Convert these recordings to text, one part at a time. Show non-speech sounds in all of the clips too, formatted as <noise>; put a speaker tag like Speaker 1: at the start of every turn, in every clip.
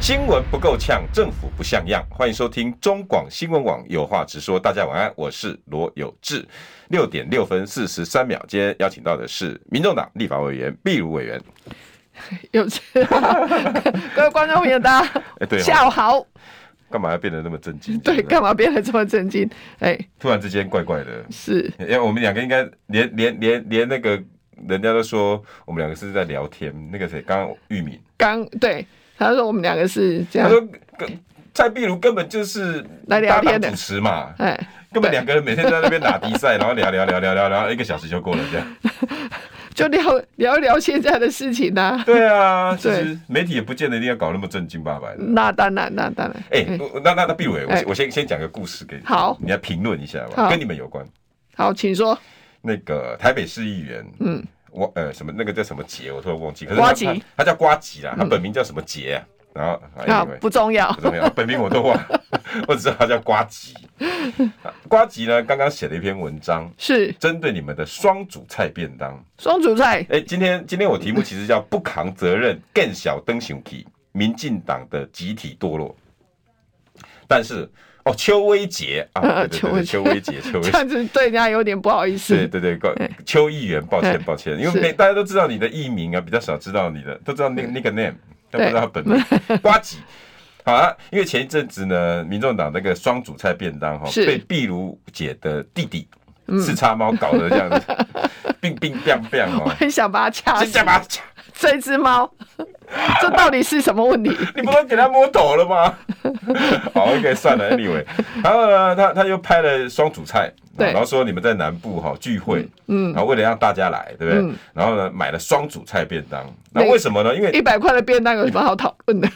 Speaker 1: 新闻不够呛，政府不像样。欢迎收听中广新闻网，有话直说。大家晚安，我是罗有志。六点六分四十三秒，今天邀请到的是民众党立法委员毕如委员。
Speaker 2: 有志， <laughs> 各位观众朋友，大
Speaker 1: 哎对
Speaker 2: 家
Speaker 1: 哦
Speaker 2: 下午好。
Speaker 1: 干嘛要变得那么震惊？
Speaker 2: <laughs> 对，干嘛变得这么震惊？哎，
Speaker 1: 突然之间怪怪的。
Speaker 2: 是
Speaker 1: 因为我们两个应该连连连连那个人家都说我们两个是在聊天。那个谁，刚刚玉敏
Speaker 2: 刚对他说我们两个是这
Speaker 1: 他
Speaker 2: 样，
Speaker 1: 说跟蔡壁如根本就是
Speaker 2: 啊来聊天
Speaker 1: 搭
Speaker 2: 的
Speaker 1: 档主持嘛，
Speaker 2: 哎，
Speaker 1: 根本两个人每天在那边打比赛，然后聊聊聊聊聊，聊一个小时就过了这样。
Speaker 2: 就聊聊一聊现在的事情呐、
Speaker 1: <laughs> 对啊，其实
Speaker 2: 对
Speaker 1: 媒体也不见得一定要搞那么正经八百的。
Speaker 2: 那当然，那当然。
Speaker 1: 哎、我我那那那毕伟，我
Speaker 2: 嗯哎
Speaker 1: 先我先先讲个故事给你，
Speaker 2: 好
Speaker 1: 你来评论一下吧，
Speaker 2: 好
Speaker 1: 跟你们有关。
Speaker 2: 好，请说。
Speaker 1: 那个台北市议员，
Speaker 2: 嗯，
Speaker 1: 我呃什么那个叫什么杰，我突然忘记，可是
Speaker 2: 瓜
Speaker 1: 他
Speaker 2: 吉嗯
Speaker 1: 他他叫瓜吉啦，他本名叫什么杰、啊，然后
Speaker 2: 啊，
Speaker 1: 哎，
Speaker 2: 不重要
Speaker 1: 不。重要，本名我都忘了， <laughs> 我只知道他叫瓜
Speaker 2: <laughs>
Speaker 1: 吉。瓜吉呢，刚刚写了一篇文章，
Speaker 2: 是
Speaker 1: 针对你们的双主菜便当。
Speaker 2: 双主菜，
Speaker 1: 哎，今天今天我题目其实叫“不扛责任更小灯熊体”，民进党的集体堕落。但是哦，邱威杰啊，
Speaker 2: 呃
Speaker 1: 对对对，邱
Speaker 2: 邱
Speaker 1: 威
Speaker 2: <laughs>
Speaker 1: 杰，邱威
Speaker 2: 这
Speaker 1: 杰。
Speaker 2: 样子对人家有点不好意
Speaker 1: 对
Speaker 2: 思。
Speaker 1: 对对，高邱议员，抱歉
Speaker 2: 哎
Speaker 1: 抱歉，因为
Speaker 2: 是
Speaker 1: 每大家都知道你的艺名啊，比较少知道你的，都知道那那个 name，但不
Speaker 2: 对
Speaker 1: 知道他
Speaker 2: <laughs>
Speaker 1: 本名瓜吉。好啊，因为前一阵子呢，民众党那个双主菜便当哈、
Speaker 2: 是嗯
Speaker 1: 被碧如姐的弟弟四叉猫搞得这
Speaker 2: <laughs>
Speaker 1: 样子，冰冰冰冰
Speaker 2: 我
Speaker 1: 哦，
Speaker 2: 很想把它掐
Speaker 1: 真
Speaker 2: 死
Speaker 1: 假。把它掐
Speaker 2: 这只猫，这到底是什
Speaker 1: <laughs>
Speaker 2: 么问题？
Speaker 1: 你不都给他摸头了吗？ <laughs> 好，OK，算了，Anyway，然后呢，他他又拍了双主菜，
Speaker 2: 对
Speaker 1: 然后说你们在南部哈、聚会，嗯，然后为了让大家来，对不对？然后呢，买了双主菜便当，那
Speaker 2: 嗯对
Speaker 1: 为什么呢？因为
Speaker 2: 一百块的便当有什么好讨论的？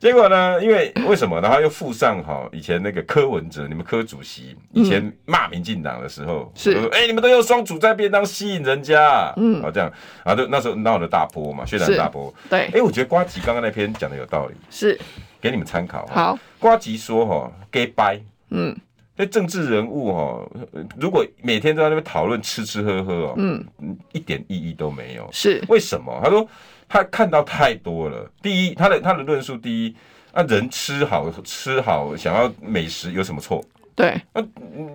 Speaker 1: 结果呢，因为为什么？然后又附上哈、以前那个柯文哲，你们柯主席以前骂民进党的时候，
Speaker 2: 嗯是
Speaker 1: 就说哎、你们都用双主菜便当吸引人家，嗯，好这样，然后就那时候闹了大波嘛，轩然
Speaker 2: 是
Speaker 1: 大波。
Speaker 2: 对
Speaker 1: 哎、，我觉得瓜吉刚刚那篇讲的有道理，
Speaker 2: 是
Speaker 1: 给你们参考、哈。
Speaker 2: 好，
Speaker 1: 瓜吉说哈、给掰。
Speaker 2: 嗯，
Speaker 1: 对政治人物哦，呃如果每天都在那边讨论吃吃喝喝哦，嗯，一点意义都没有。
Speaker 2: 是
Speaker 1: 为什么？他说他看到太多了。第一，他的他的论述，第一，啊，人吃好吃好，想要美食有什么错？
Speaker 2: 对
Speaker 1: 啊，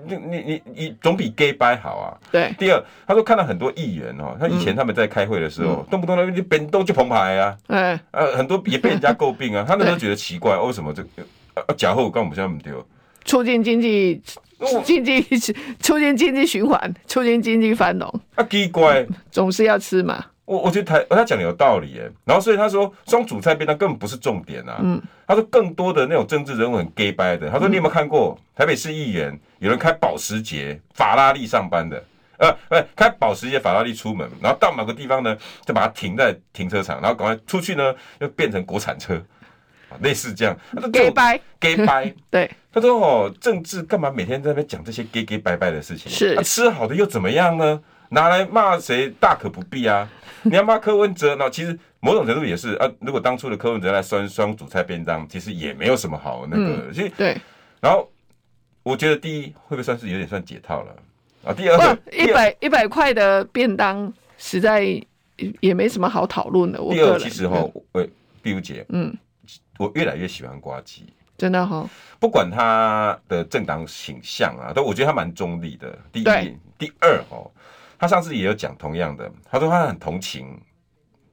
Speaker 1: 你你你你总比 gay 掰好啊。
Speaker 2: 对
Speaker 1: 第二，他说看到很多议员哦，他以前他们在开会的时候，动不动那边就本动就澎湃啊，
Speaker 2: 哎，
Speaker 1: 呃，很多也被人家诟病啊。他那时候觉得奇怪，哦为什么这啊啊假货我刚我们现在没丢？
Speaker 2: 促进经济
Speaker 1: 我
Speaker 2: 经济促进经济循环，促进经济繁荣，
Speaker 1: 啊，奇怪，
Speaker 2: 总是要吃嘛。
Speaker 1: 我我觉得台他讲的有道理耶。然后所以他说双主菜便当根本不是重点啊。他说更多的那种政治人物很 gay 掰的。他说你有没有看过台北市议员有人开保时捷、法拉利上班的？呃，不是开保时捷、法拉利出门，然后到某个地方呢，就把它停在停车场，然后赶快出去呢，又变成国产车，啊类似这样。他说
Speaker 2: gay 掰，
Speaker 1: gay 掰。
Speaker 2: 对
Speaker 1: 他说哦，政治干嘛每天在那边讲这些 gay gay 拜拜的事情？
Speaker 2: 是
Speaker 1: 啊吃好的又怎么样呢？拿来骂谁大可不必
Speaker 2: <laughs>
Speaker 1: 啊！你要骂柯文哲，那其实某种程度也是啊。如果当初的柯文哲来酸双主菜便当，其实也没有什么好那个。
Speaker 2: 嗯
Speaker 1: 其实，
Speaker 2: 对，
Speaker 1: 然后我觉得第一会不会算是有点算解套了啊？第二
Speaker 2: 哇，，
Speaker 1: 第二
Speaker 2: 一百一百块的便当实在也没什么好讨论的。我
Speaker 1: 第
Speaker 2: 个
Speaker 1: 二，
Speaker 2: 人
Speaker 1: 其实哈，我碧如姐，
Speaker 2: 嗯，
Speaker 1: 我越来越喜欢瓜吉。
Speaker 2: 真的哈，
Speaker 1: 不管他的政党倾向啊，但我觉得他蛮中立的。第一
Speaker 2: 对，
Speaker 1: 第二哦，他上次也有讲同样的，他说他很同情。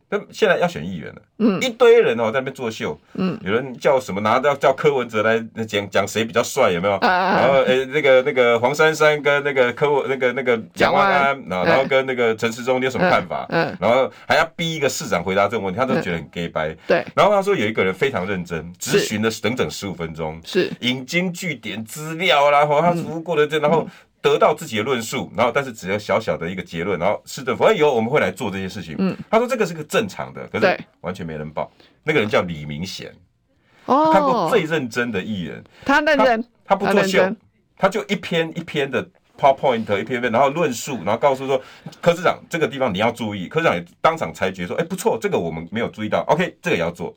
Speaker 1: 那现在要选议员了，
Speaker 2: 嗯
Speaker 1: 一堆人哦在那边作秀，
Speaker 2: 嗯，
Speaker 1: 有人叫什么拿到叫柯文哲来讲讲谁比较帅有没有？
Speaker 2: 啊啊啊
Speaker 1: 然后诶、那个那个黄珊珊跟那个柯文那个那个蒋万安，然后然后
Speaker 2: 哎
Speaker 1: 跟那个陈时中你有什么看法？
Speaker 2: 嗯嗯
Speaker 1: 然后还要逼一个市长回答这种问题，他都觉得很 gay 白。
Speaker 2: 对，
Speaker 1: 然后他说有一个人非常认真，咨询了整整十五分钟，
Speaker 2: 是
Speaker 1: 引经据典资料啦，然
Speaker 2: 嗯
Speaker 1: 后他服务过的这，然后得到自己的论述，然后但是只有小小的一个结论，然后市政府哎有我们会来做这些事情。他说这个是个正常的，可是
Speaker 2: 嗯对
Speaker 1: 完全没人报。那个人叫李明贤，看过
Speaker 2: 哦
Speaker 1: 最，认真的艺人，
Speaker 2: 啊他认真，
Speaker 1: 他不作
Speaker 2: 他认
Speaker 1: 秀
Speaker 2: 真，
Speaker 1: 他就一篇一篇的 PowerPoint 一篇篇，然后论述，然后告诉说科市长这个地方你要注意，科市长也当场裁决说，哎、不错，这个我们没有注意到，OK，这个也要做。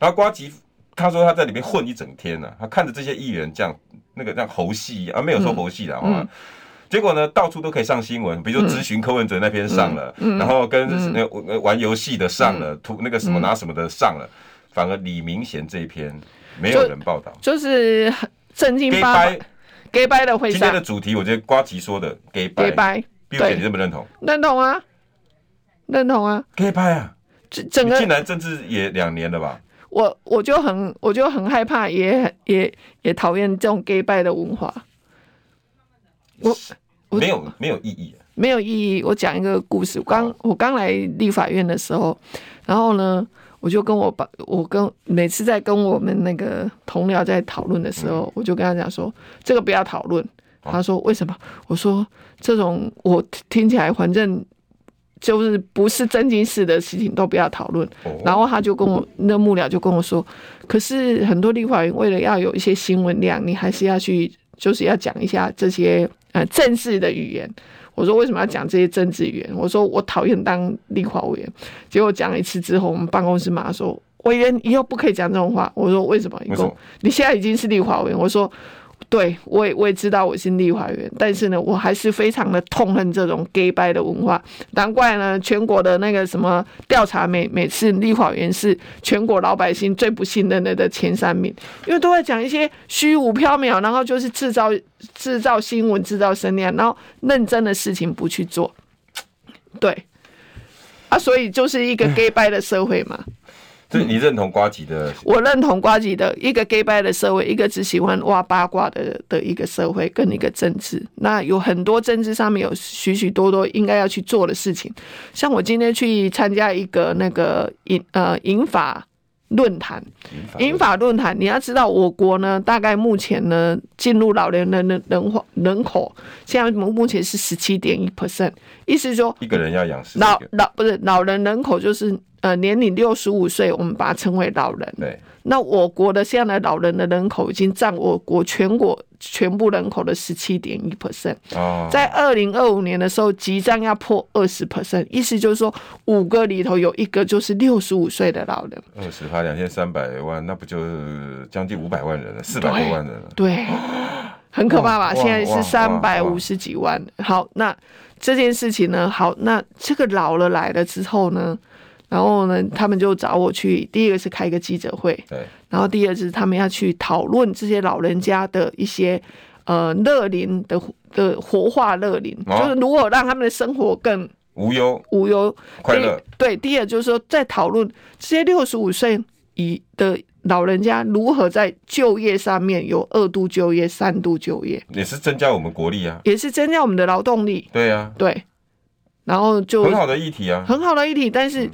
Speaker 1: 然后瓜吉他说他在里面混一整天呢、啊他看着这些议员这样那个像猴戏一样啊，没有说猴戏的啊。
Speaker 2: 嗯
Speaker 1: 结果呢，到处都可以上新闻，比如说咨询柯文哲那边上了，
Speaker 2: 嗯
Speaker 1: 然后跟那个玩玩游戏的上了，图那个什
Speaker 2: 嗯
Speaker 1: 么拿什么的上了，反而李明贤这一篇没有人报道。
Speaker 2: 就是正经
Speaker 1: 给
Speaker 2: 八
Speaker 1: 掰，
Speaker 2: 给掰的会
Speaker 1: 今天
Speaker 2: 上
Speaker 1: 的主题我觉得瓜吉说的给掰，
Speaker 2: 给掰，
Speaker 1: 碧如姐
Speaker 2: 对
Speaker 1: 你认不认同？
Speaker 2: 认同啊，认同啊，
Speaker 1: 给掰啊！
Speaker 2: 整整
Speaker 1: 你
Speaker 2: 个
Speaker 1: 进来政治也两年了吧？
Speaker 2: 我我就很我就很害怕，也也也讨厌这种 gay 拜的文化，我
Speaker 1: 没有没有意义、啊。
Speaker 2: 没有意义。我讲一个故事，我刚我刚来立法院的时候，然后呢，我就跟我爸，我跟每次在跟我们那个同僚在讨论的时候，我就跟他讲说，这个不要讨论。他说为什么？我说这种我听听起来反正就是不是真经事的事情都不要讨论。
Speaker 1: 哦
Speaker 2: 然后他就跟我那幕僚就跟我说，可是很多立法员为了要有一些新闻量，你还是要去就是要讲一下这些呃正式的语言。我说为什么要讲这些政治语言？我说我讨厌当立法委员。结果讲了一次之后，我们办公室马上说，委员以后不可以讲这种话。我说为什么？
Speaker 1: 为什么
Speaker 2: 你现在已经是立法委员。我说对，我也我也知道我是立法员，但是呢，我还是非常的痛恨这种 gay 拜的文化。难怪呢，全国的那个什么调查每，每次立法员是全国老百姓最不信任的的前三名，因为都在讲一些虚无缥缈，然后就是制造制造新闻、制造声量，然后认真的事情不去做，对。啊，所以就是一个 gay 拜的社会嘛，
Speaker 1: 所以你认同瓜吉的
Speaker 2: 我认同瓜吉的一个 gay 拜的社会，一个只喜欢挖八卦的的一个社会，跟一个政治。那有很多政治上面有许许多多应该要去做的事情，像我今天去参加一个那个银呃银法论坛，
Speaker 1: 民法？
Speaker 2: 英法论坛，你要知道，我国呢，大概目前呢，进入老年人的人口人口，现在目目前是十七点一 percent，意思说
Speaker 1: 一个人要养十几
Speaker 2: 老
Speaker 1: 个，
Speaker 2: 老不是老人人口就是呃年龄六十五岁，我们把它称为老人。
Speaker 1: 对，
Speaker 2: 那我国的现在的老人的人口已经占我国全国全部人口的十七点一 percent，
Speaker 1: 哦，
Speaker 2: 在二零二五年的时候，即将要破二十 percent，意思就是说五个里头有一个就是六十五岁的老人。
Speaker 1: 二十趴两千三百万，那不就是将近五百万人了，四百多万人了？ <gasps>
Speaker 2: 对，很可怕吧？
Speaker 1: 哇
Speaker 2: 现在是
Speaker 1: 哇
Speaker 2: 三
Speaker 1: 哇
Speaker 2: 百
Speaker 1: 哇
Speaker 2: 五十几万。好，那这件事情呢？好，那这个老了来了之后呢？然后呢，他们就找我去，第一个是开一个记者会，
Speaker 1: 对，
Speaker 2: 然后第二是他们要去讨论这些老人家的一些呃乐龄的的活化乐龄，
Speaker 1: 哦
Speaker 2: 就是如何让他们的生活更
Speaker 1: 无忧
Speaker 2: 无忧
Speaker 1: 快乐
Speaker 2: 第，对，第二就是说在讨论这些六十五岁以的老人家如何在就业上面有二度就业、三度就业，
Speaker 1: 也是增加我们国力啊。
Speaker 2: 也是增加我们的劳动力。
Speaker 1: 对啊，
Speaker 2: 对，然后就
Speaker 1: 很好的议题啊，
Speaker 2: 很好的一体，但是。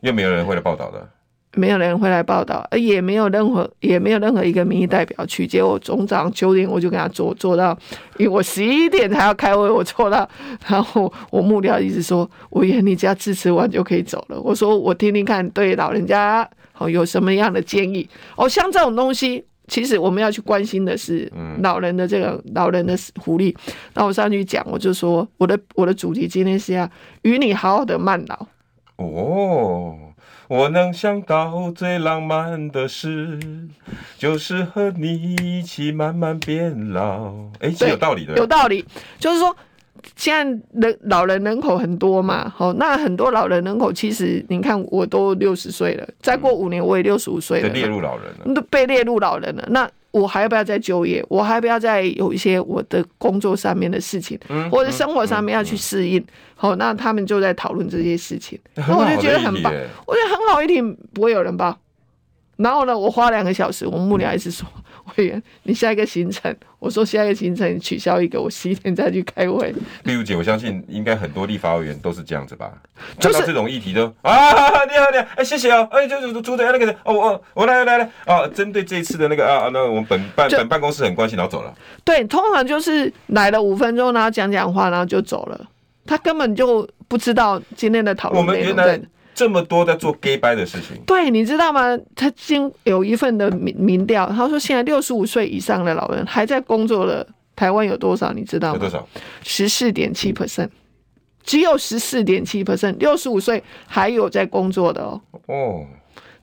Speaker 1: 又没有人会来报道的。
Speaker 2: 没有人会来报道，呃也没有任何也没有任何一个民意代表去。结果总长九点我就跟他做做到，因为我十一点才要开会，我做到。然后我幕僚一直说，我演你家支持完就可以走了。我说我听听看，对老人家好、有什么样的建议？哦，像这种东西。其实我们要去关心的是老人的这个老人的福利。那我上去讲，我就说我的我的主题今天是要与你好好的慢老。
Speaker 1: 哦，我能想到最浪漫的事，就是和你一起慢慢变老。哎，其实
Speaker 2: 对
Speaker 1: 有道理的，
Speaker 2: 有道理。就是说，现在人老人人口很多嘛，好，那很多老人人口其实你看，我都六十岁了，再过五年我也六十五岁
Speaker 1: 就
Speaker 2: 了，
Speaker 1: 嗯列入老人了。
Speaker 2: 都被列入老人了。那我还要不要再就业？我还要不要再有一些我的工作上面的事情，
Speaker 1: 嗯
Speaker 2: 或者生活上面要去适应？好，那他们就在讨论这些事情，那我就觉得很棒
Speaker 1: 好的议题耶。
Speaker 2: 我觉得很好，一定不会有人报。然后呢，我花两个小时，我幕僚一直说委员，你下一个行程，我说下一个行程你取消一个，我十一点再去开会。
Speaker 1: 例如姐，我相信应该很多立法委员都是这样子吧？
Speaker 2: 就是
Speaker 1: 看到这种议题都啊，你好你好，哎谢谢哦，哎就是主持人那个人，哦我我来来来啊，针对这一次的那个啊，啊那我们本办
Speaker 2: 就
Speaker 1: 本办公室很关心，然后走了。
Speaker 2: 对，通常就是来了五分钟，然后讲讲话，然后就走了。他根本就不知道今天的讨
Speaker 1: 我
Speaker 2: 论
Speaker 1: 们
Speaker 2: 内
Speaker 1: 原
Speaker 2: 容
Speaker 1: 来
Speaker 2: 在。
Speaker 1: 这么多在做 gay 拜的事情，
Speaker 2: 对，你知道吗？他经有一份的民民调，他说现在六十五岁以上的老人还在工作的台湾有多少？你知道
Speaker 1: 有
Speaker 2: 吗
Speaker 1: 多？少？
Speaker 2: 十四点七
Speaker 1: 嗯
Speaker 2: percent，只有十四点七 percent，六十五岁还有在工作的哦。
Speaker 1: 哦，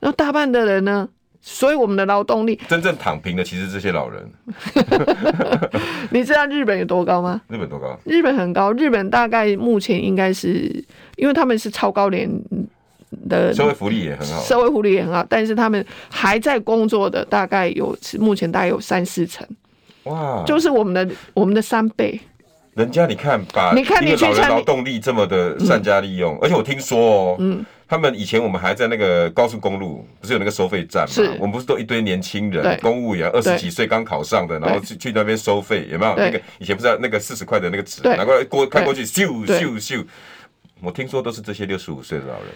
Speaker 2: 那大半的人呢？所以我们的劳动力，
Speaker 1: 真正躺平的其实这些老人，
Speaker 2: 你知道日本有多高吗？
Speaker 1: 日本多高？
Speaker 2: 日本很高，日本大概目前应该是，因为他们是超高龄的
Speaker 1: 社会福利也很好，
Speaker 2: 呃社会福利也很好，但是他们还在工作的大概有目前大概有三四成，
Speaker 1: 哇！
Speaker 2: 就是我们的我们的三倍。
Speaker 1: 人家你看，把
Speaker 2: 你看你
Speaker 1: 一个
Speaker 2: 去
Speaker 1: 老人
Speaker 2: 参嗯
Speaker 1: 劳动力这么的善加利用，而且我听说哦，他们以前我们还在那个高速公路，不是有那个收费站
Speaker 2: 是
Speaker 1: 嘛？我们不是都一堆年轻
Speaker 2: 对
Speaker 1: 人，公务员二十
Speaker 2: 对
Speaker 1: 几岁刚考上的，然后
Speaker 2: 对
Speaker 1: 去去那边收费，有没有？那
Speaker 2: 对
Speaker 1: 个以前不是要那个四十块的那个纸，
Speaker 2: 对
Speaker 1: 拿过来过看过去，咻
Speaker 2: 对
Speaker 1: 咻咻。我听说都是这些六十五岁的老人，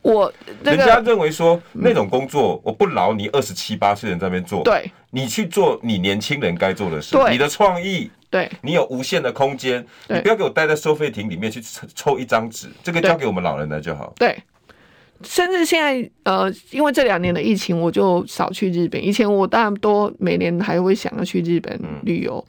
Speaker 2: 我那
Speaker 1: 人家
Speaker 2: 个嗯
Speaker 1: 认为说那种工作我不劳你二十七八岁人在那边做，
Speaker 2: 对
Speaker 1: 你去做你年轻人该做的事，
Speaker 2: 对
Speaker 1: 你的创意，
Speaker 2: 对
Speaker 1: 你有无限的空间，
Speaker 2: 对
Speaker 1: 你不要给我待在收费亭里面去抽抽一张纸，这个
Speaker 2: 对
Speaker 1: 交给我们老人来就好。
Speaker 2: 对，甚至现在呃，因为这两年的疫情，我就少去日本。以前我当然多每年还会想要去日本旅游。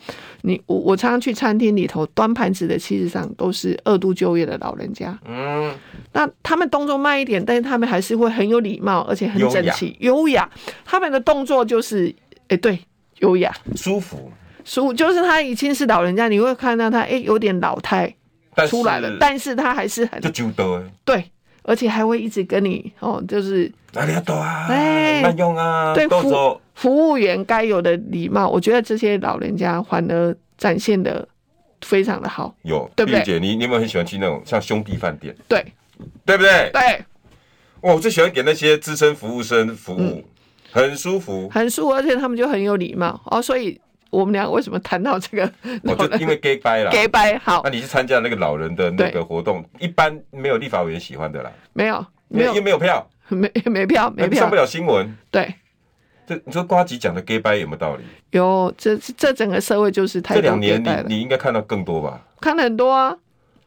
Speaker 2: 你我我常常去餐厅里头端盘子的，其实上都是二度就业的老人家。
Speaker 1: 嗯，
Speaker 2: 那他们动作慢一点，但是他们还是会很有礼貌，而且很
Speaker 1: 优
Speaker 2: 整
Speaker 1: 雅
Speaker 2: 齐、优雅。他们的动作就是，哎、对，优雅。
Speaker 1: 舒服，
Speaker 2: 舒就是他已经是老人家，你会看到他哎、有点老态
Speaker 1: 但是
Speaker 2: 出来了，但是他还是很
Speaker 1: 就揪得哎，
Speaker 2: 对，而且还会一直跟你哦，就是
Speaker 1: 哪里要多啊？
Speaker 2: 哎
Speaker 1: 慢用啊，
Speaker 2: 对
Speaker 1: 动
Speaker 2: 服
Speaker 1: 作
Speaker 2: 服务员该有的礼貌。我觉得这些老人家反而展现的非常的好，
Speaker 1: 有。
Speaker 2: 对不对
Speaker 1: 碧如姐，你你有没有很喜欢去那种像兄弟饭店，
Speaker 2: 对
Speaker 1: 对不对？
Speaker 2: 对，
Speaker 1: 哇，我最喜欢给那些资深服务生服
Speaker 2: 嗯
Speaker 1: 务，很舒服。
Speaker 2: 很舒服，而且他们就很有礼貌哦。所以我们俩为什么谈到这个
Speaker 1: 我哦
Speaker 2: 老
Speaker 1: 就
Speaker 2: <laughs> 人
Speaker 1: 因为 gay bye 啦。
Speaker 2: 给白好
Speaker 1: 那、你去参加那个老人的那
Speaker 2: 对
Speaker 1: 个活动，一般没有立法委员喜欢的啦，
Speaker 2: 没有
Speaker 1: 因为
Speaker 2: 没
Speaker 1: 因为
Speaker 2: 有
Speaker 1: 没有票，
Speaker 2: 没没票没
Speaker 1: 上
Speaker 2: 票
Speaker 1: 不，了新闻。
Speaker 2: 对。
Speaker 1: 这你说瓜吉讲的 gay bye 有没有道理？
Speaker 2: 有这这整个社会就是太
Speaker 1: 这
Speaker 2: 多
Speaker 1: 两年
Speaker 2: 迭代了
Speaker 1: 你你应该看到更多吧？
Speaker 2: 看了很多啊，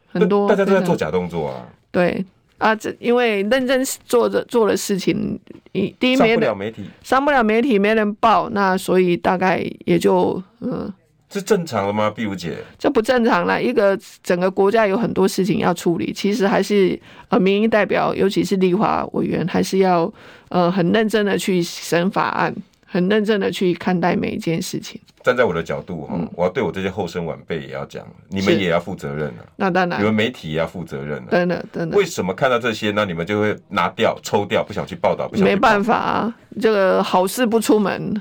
Speaker 2: 很多
Speaker 1: 大大家都在做
Speaker 2: 非常
Speaker 1: 假动作啊，
Speaker 2: 对啊，这因为认真做的做的事情，一第一
Speaker 1: 上
Speaker 2: 没
Speaker 1: 不
Speaker 2: 人
Speaker 1: 了媒体，
Speaker 2: 上不了媒体，没人报，那所以大概也就嗯，
Speaker 1: 是正常的吗？碧如姐，
Speaker 2: 这不正常了。一个整个国家有很多事情要处理，其实还是呃民意代表，尤其是立法委员，还是要呃很认真的去审法案，很认真的去看待每一件事情。
Speaker 1: 站在我的角度哈，我要对我这些后生晚辈也要讲，你
Speaker 2: 嗯是
Speaker 1: 们也要负责任啊，
Speaker 2: 那当
Speaker 1: 你
Speaker 2: 然，
Speaker 1: 们媒体也要负责任啊。
Speaker 2: 真的真的
Speaker 1: 为什么看到这些呢？你们就会拿掉、抽掉，不想去报道，不想去
Speaker 2: 没
Speaker 1: 报
Speaker 2: 办法、啊，这个好事不出门。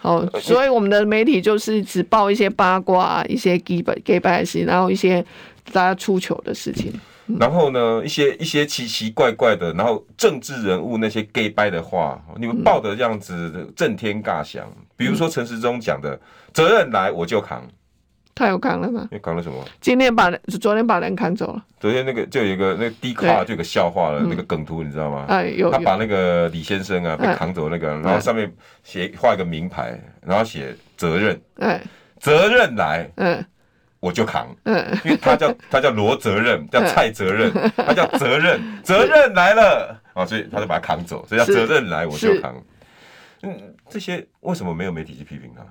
Speaker 2: 好，
Speaker 1: 呃
Speaker 2: 所以我们的媒体就是只报一些八卦、一些 gay 白 gay 白的事，然后一些大家出糗的事情。
Speaker 1: 然后呢，一些一些奇奇怪怪的，然后政治人物那些 gay 掰的话，你们报的这样子震天尬响。比如
Speaker 2: 嗯
Speaker 1: 说陈时中讲的“责任来我就扛
Speaker 2: 太有看了吗”，？
Speaker 1: 又扛了什么？
Speaker 2: 今天把人，昨天把人砍走了，
Speaker 1: 昨天那个就有一个那个低
Speaker 2: 对
Speaker 1: 跨就有个笑话了，那个梗图你知道吗？
Speaker 2: 哎，有
Speaker 1: 他
Speaker 2: 有
Speaker 1: 把那个李先生啊被
Speaker 2: 嗯
Speaker 1: 扛走那个，然后上面写画一个名牌，然后写责任，
Speaker 2: 哎
Speaker 1: 责任来
Speaker 2: 嗯
Speaker 1: 我就扛，
Speaker 2: 嗯，
Speaker 1: 因为他叫他叫罗责任，叫蔡责任，他叫责任，责任来了啊，所以他就把他扛走，所以叫
Speaker 2: 是
Speaker 1: 责任来我
Speaker 2: 是
Speaker 1: 就扛。嗯，这些为什么没有媒体去批评他？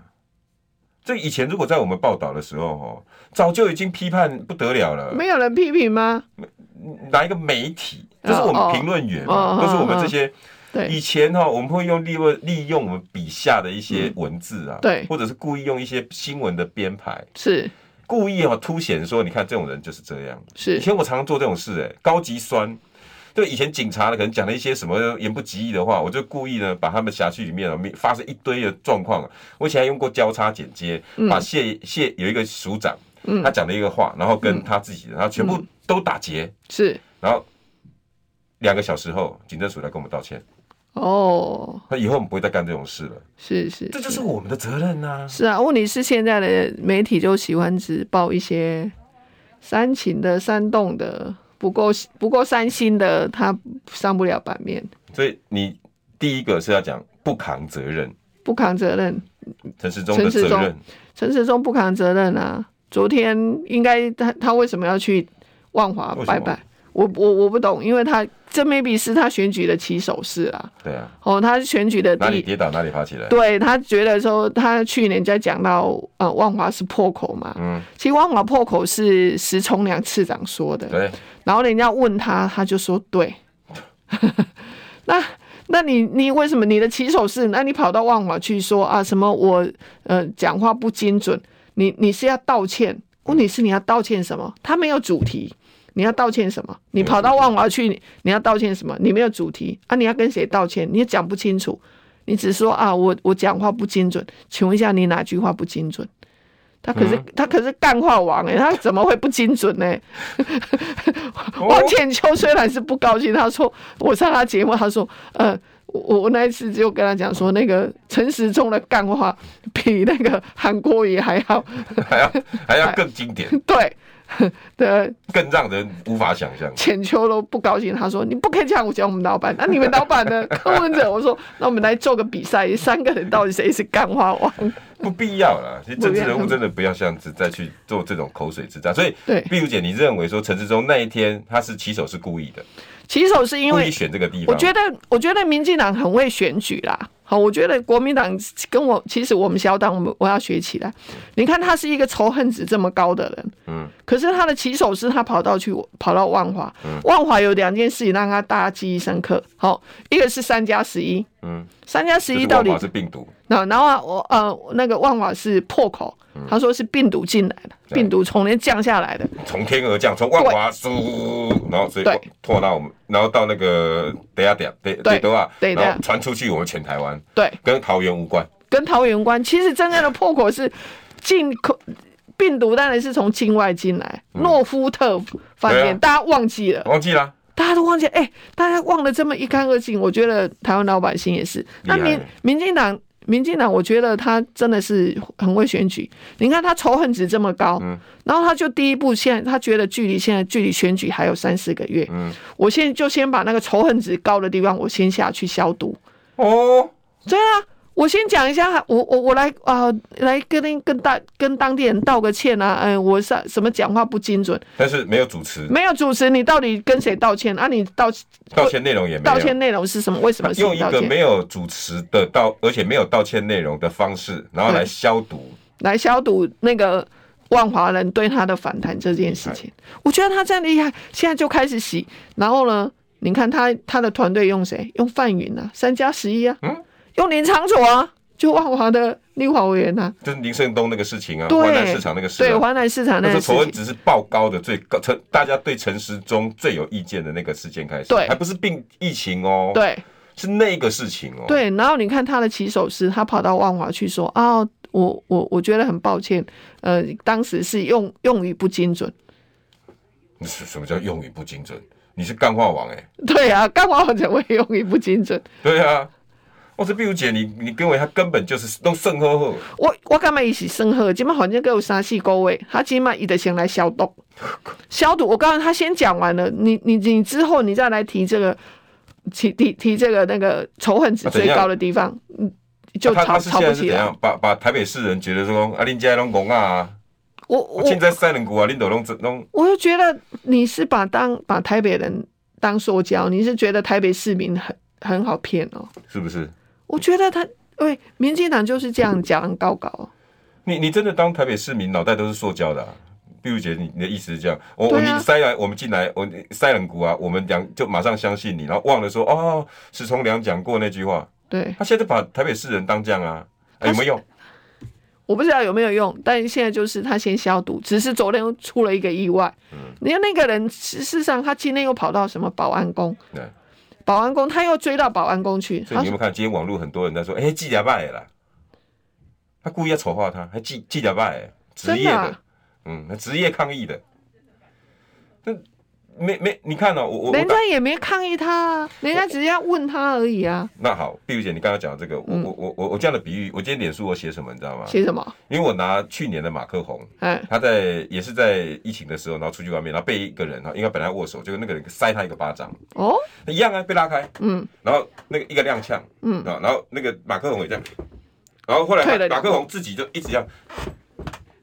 Speaker 1: 这以前如果在我们报道的时候，哦，早就已经批判不得了了。
Speaker 2: 没有人批评吗？
Speaker 1: 哪一个媒体？
Speaker 2: 哦
Speaker 1: 就是我
Speaker 2: 哦
Speaker 1: 们评论员
Speaker 2: 哦
Speaker 1: 嘛，
Speaker 2: 哦
Speaker 1: 都是我们这些以
Speaker 2: 对
Speaker 1: 前哈、我们会用利用利用我们笔下的一些文字啊，
Speaker 2: 嗯对
Speaker 1: 或者是故意用一些新闻的编排，
Speaker 2: 是
Speaker 1: 故意哈、哦凸显说，你看这种人就是这样。以
Speaker 2: 是，
Speaker 1: 前我常常做这种事、哎，高级酸。对，以前警察呢，可能讲了一些什么言不及义的话，我就故意呢把他们辖区里面啊发生一堆的状况。啊我以前还用过交叉剪接，
Speaker 2: 嗯
Speaker 1: 把谢谢有一个署长，他讲了一个话，然后
Speaker 2: 嗯
Speaker 1: 跟他自己的，然后全部都打结，
Speaker 2: 是
Speaker 1: 然后两个小时后，警政署来跟我们道歉，
Speaker 2: 哦，
Speaker 1: 那以后我们不会再干这种事了。
Speaker 2: 是是，
Speaker 1: 这就是我们的责任呐、
Speaker 2: 是啊，问题是现在的媒体就喜欢只报一些煽情的、煽动的，不够不够煽心的，它上不了版面，
Speaker 1: 所以你第一个是要讲不扛责任，
Speaker 2: 不扛责任。
Speaker 1: 陈时中的
Speaker 2: 陈时
Speaker 1: 责
Speaker 2: 中
Speaker 1: 任，
Speaker 2: 陈时中不扛责任啊！昨天应该他他为什么要去万华
Speaker 1: 为什么
Speaker 2: 拜拜？我我我不懂，因为他这 maybe 是他选举的起手式啊。
Speaker 1: 对啊，
Speaker 2: 哦，他选举的
Speaker 1: 哪里
Speaker 2: 第，
Speaker 1: 跌倒哪里爬起来。
Speaker 2: 对他觉得说，他去年在讲到呃万华是破口嘛，
Speaker 1: 嗯，
Speaker 2: 其实万华破口是石崇良次长说的，
Speaker 1: 对，
Speaker 2: 然后人家问他，他就说对。 <laughs> 那那你你为什么你的起手是？那你跑到万华去说啊什么我呃讲话不精准？你你是要道歉？问题是你要道歉什么？他没有主题，你要道歉什么？你跑到万华去，你你要道歉什么？你没有主题啊？你要跟谁道歉？你也讲不清楚，你只说啊我我讲话不精准，请问一下你哪句话不精准？他可是、他可是干话王哎、他怎么会不精准呢、
Speaker 1: 哦
Speaker 2: 汪浅秋虽然是不高兴，他说我上他节目，他说呃，我我那一次就跟他讲说，那个陈时中的干话比那个韩国瑜还好，
Speaker 1: 还 <laughs> 要还要更经典，
Speaker 2: <laughs> 对的
Speaker 1: 更让人无法想象。
Speaker 2: 浅秋都不高兴，他说你不可以这样讲我们老板，那、你们老板呢？ <laughs> 柯文哲，我说那我们来做个比赛，三个人到底谁是干话王？
Speaker 1: <laughs> 不必要啦，其实政治人物真的不要像是再去做这种口水之战。所以，
Speaker 2: 对
Speaker 1: 碧如姐，你认为说陈志忠那一天他是起手是故意的，
Speaker 2: 起手是因
Speaker 1: 故
Speaker 2: 为
Speaker 1: 意选这个地方？
Speaker 2: 我觉得，我觉得民进党很会选举啦。好，我觉得国民党跟我，其实我们小党，我们我要学起来。你看，他是一个仇恨值这么高的人，
Speaker 1: 嗯，
Speaker 2: 可是他的起手是他跑到去跑到万华，
Speaker 1: 嗯
Speaker 2: 万华有两件事情让他大家记忆深刻。好，一个是三加十一，
Speaker 1: 嗯，
Speaker 2: 三加十
Speaker 1: 就是
Speaker 2: 一到底
Speaker 1: 万华是病毒，
Speaker 2: 那然后啊，我呃那个万华是破口，
Speaker 1: 嗯
Speaker 2: 他说是病毒进来的，病毒从天降下来的，
Speaker 1: 从天而降，从万华输，然后所以
Speaker 2: 对
Speaker 1: 拖到我们，然后到那个等下等下等
Speaker 2: 对
Speaker 1: 等多啊，
Speaker 2: 对
Speaker 1: 然
Speaker 2: 等
Speaker 1: 后
Speaker 2: 下
Speaker 1: 传出去我们全台湾，
Speaker 2: 对。
Speaker 1: 跟桃园无关。
Speaker 2: 跟桃园关。其实真正的破口是进口病毒，当然是从境外进来。诺夫特饭
Speaker 1: 嗯对
Speaker 2: 店、
Speaker 1: 啊
Speaker 2: 大家忘记了，
Speaker 1: 忘记啦，
Speaker 2: 大家都忘记，哎、大家忘得这么一干二净。我觉得台湾老百姓也是。那
Speaker 1: 厉害
Speaker 2: 民民进党，民进党，我觉得他真的是很会选举。你看他仇恨值这么高，
Speaker 1: 嗯
Speaker 2: 然后他就第一步现在他觉得距离现在距离选举还有三四个月，
Speaker 1: 嗯
Speaker 2: 我现在就先把那个仇恨值高的地方，我先下去消毒。
Speaker 1: 哦，
Speaker 2: 对啊，我先讲一下，我我我来啊、来跟跟大跟当地人道个歉啊，嗯、我上什么讲话不精准，
Speaker 1: 但是没有主持，
Speaker 2: 没有主持，你到底跟谁道歉啊？你道
Speaker 1: 道歉内容也没
Speaker 2: 道
Speaker 1: 有。
Speaker 2: 歉内容是什么？为什么是
Speaker 1: 用
Speaker 2: 你
Speaker 1: 一
Speaker 2: 道
Speaker 1: 个
Speaker 2: 歉？
Speaker 1: 没有主持的道，而且没有道歉内容的方式，
Speaker 2: 嗯
Speaker 1: 然后来消毒。
Speaker 2: 来消毒那个万华人对他的反弹这件事
Speaker 1: 哎
Speaker 2: 情，我觉得他真厉害，现在就开始洗。然后呢，你看他他的团队用谁？用范云啊，三加十一啊，
Speaker 1: 嗯
Speaker 2: 用林长佐啊，就万华的立法委员啊，
Speaker 1: 就是林胜东那个事情啊，
Speaker 2: 对
Speaker 1: 华南市场那个事、
Speaker 2: 对，
Speaker 1: 啊，
Speaker 2: 华南市场那
Speaker 1: 那时
Speaker 2: 个
Speaker 1: 候仇
Speaker 2: 事情
Speaker 1: 恨。值是爆高的，最高陈大家对陈时中最有意见的那个事件开始，
Speaker 2: 对
Speaker 1: 还不是病疫情哦，，
Speaker 2: 对，
Speaker 1: 是那个事情哦，，
Speaker 2: 对，然后你看他的起手是，他跑到万华去说啊，我我我觉得很抱歉，呃，当时是用用语不精准。 <laughs>
Speaker 1: 什什么叫用语不精准？你是干话王哎、
Speaker 2: 对啊，干嘛我才会用语不精准？
Speaker 1: 对啊，我这碧如姐，你你跟我她根本就是弄圣呵呵，
Speaker 2: 我我干嘛一起生喝？今麦反正给我三四个位，他今麦一得先来消
Speaker 1: <laughs>
Speaker 2: 毒，消毒。我告诉他先讲完了，你你你之后你再来提这个，提提提这个那个仇恨值
Speaker 1: 啊怎
Speaker 2: 最
Speaker 1: 样
Speaker 2: 高的地方，嗯，就
Speaker 1: 她
Speaker 2: 吵
Speaker 1: 她是
Speaker 2: 吵
Speaker 1: 现在
Speaker 2: 不
Speaker 1: 是
Speaker 2: 起
Speaker 1: 怎
Speaker 2: 来。
Speaker 1: 样把把台北市人觉得说啊，林家拢戆啊，
Speaker 2: 我
Speaker 1: 我
Speaker 2: 我
Speaker 1: 现在三人股啊，林都拢弄。
Speaker 2: 我就觉得你是把当把台北人当塑胶，你是觉得台北市民很很好骗哦。
Speaker 1: 是不是？
Speaker 2: 我觉得他对民进党就是这样讲高高，
Speaker 1: 你你真的当台北市民脑袋都是塑胶的、啊？碧如姐，你你的意思是这样？我、我
Speaker 2: 对啊
Speaker 1: 你塞来，我们进来，我你塞冷股啊，我们两就马上相信你，然后忘了说哦，史从良讲过那句话，
Speaker 2: 对，
Speaker 1: 他现在把台北市人当这样啊，哎
Speaker 2: 他
Speaker 1: 有
Speaker 2: 是
Speaker 1: 没有用？
Speaker 2: 我不知道有没有用，但现在就是他先消毒，只是昨天出了一个意外，
Speaker 1: 嗯
Speaker 2: 你看那个人事实上他今天又跑到什么保安宫，
Speaker 1: 对，
Speaker 2: 保安宫他又追到保安宫去，
Speaker 1: 所以
Speaker 2: 他
Speaker 1: 你有没有看今天网络很多人在说，哎、纪家败啦，他故意要丑化他，还纪纪家败，职
Speaker 2: 真
Speaker 1: 业
Speaker 2: 的
Speaker 1: 的，
Speaker 2: 啊、
Speaker 1: 嗯，那职业抗议的，那没没，你看哦，我我我
Speaker 2: 人
Speaker 1: 打
Speaker 2: 家也没抗议他、啊，人家只是要问他而已啊，
Speaker 1: 那好，碧如姐，你刚刚讲的这个，
Speaker 2: 嗯
Speaker 1: 我我我我我这样的比喻，我今天脸书我写什么，你知道吗？
Speaker 2: 写什么？
Speaker 1: 因为我拿去年的马克宏，
Speaker 2: 哎，
Speaker 1: 他在也是在疫情的时候，然后出去外面，然后被一个人哈，应该本来握手，结果那个人塞他一个巴掌，
Speaker 2: 哦，
Speaker 1: 一样啊，被拉开，
Speaker 2: 嗯，
Speaker 1: 然后那个一个踉跄，
Speaker 2: 嗯
Speaker 1: 然后然后那个马克宏也这样，然后后
Speaker 2: 退了
Speaker 1: 来
Speaker 2: 两步
Speaker 1: 马克宏自己就一直这样，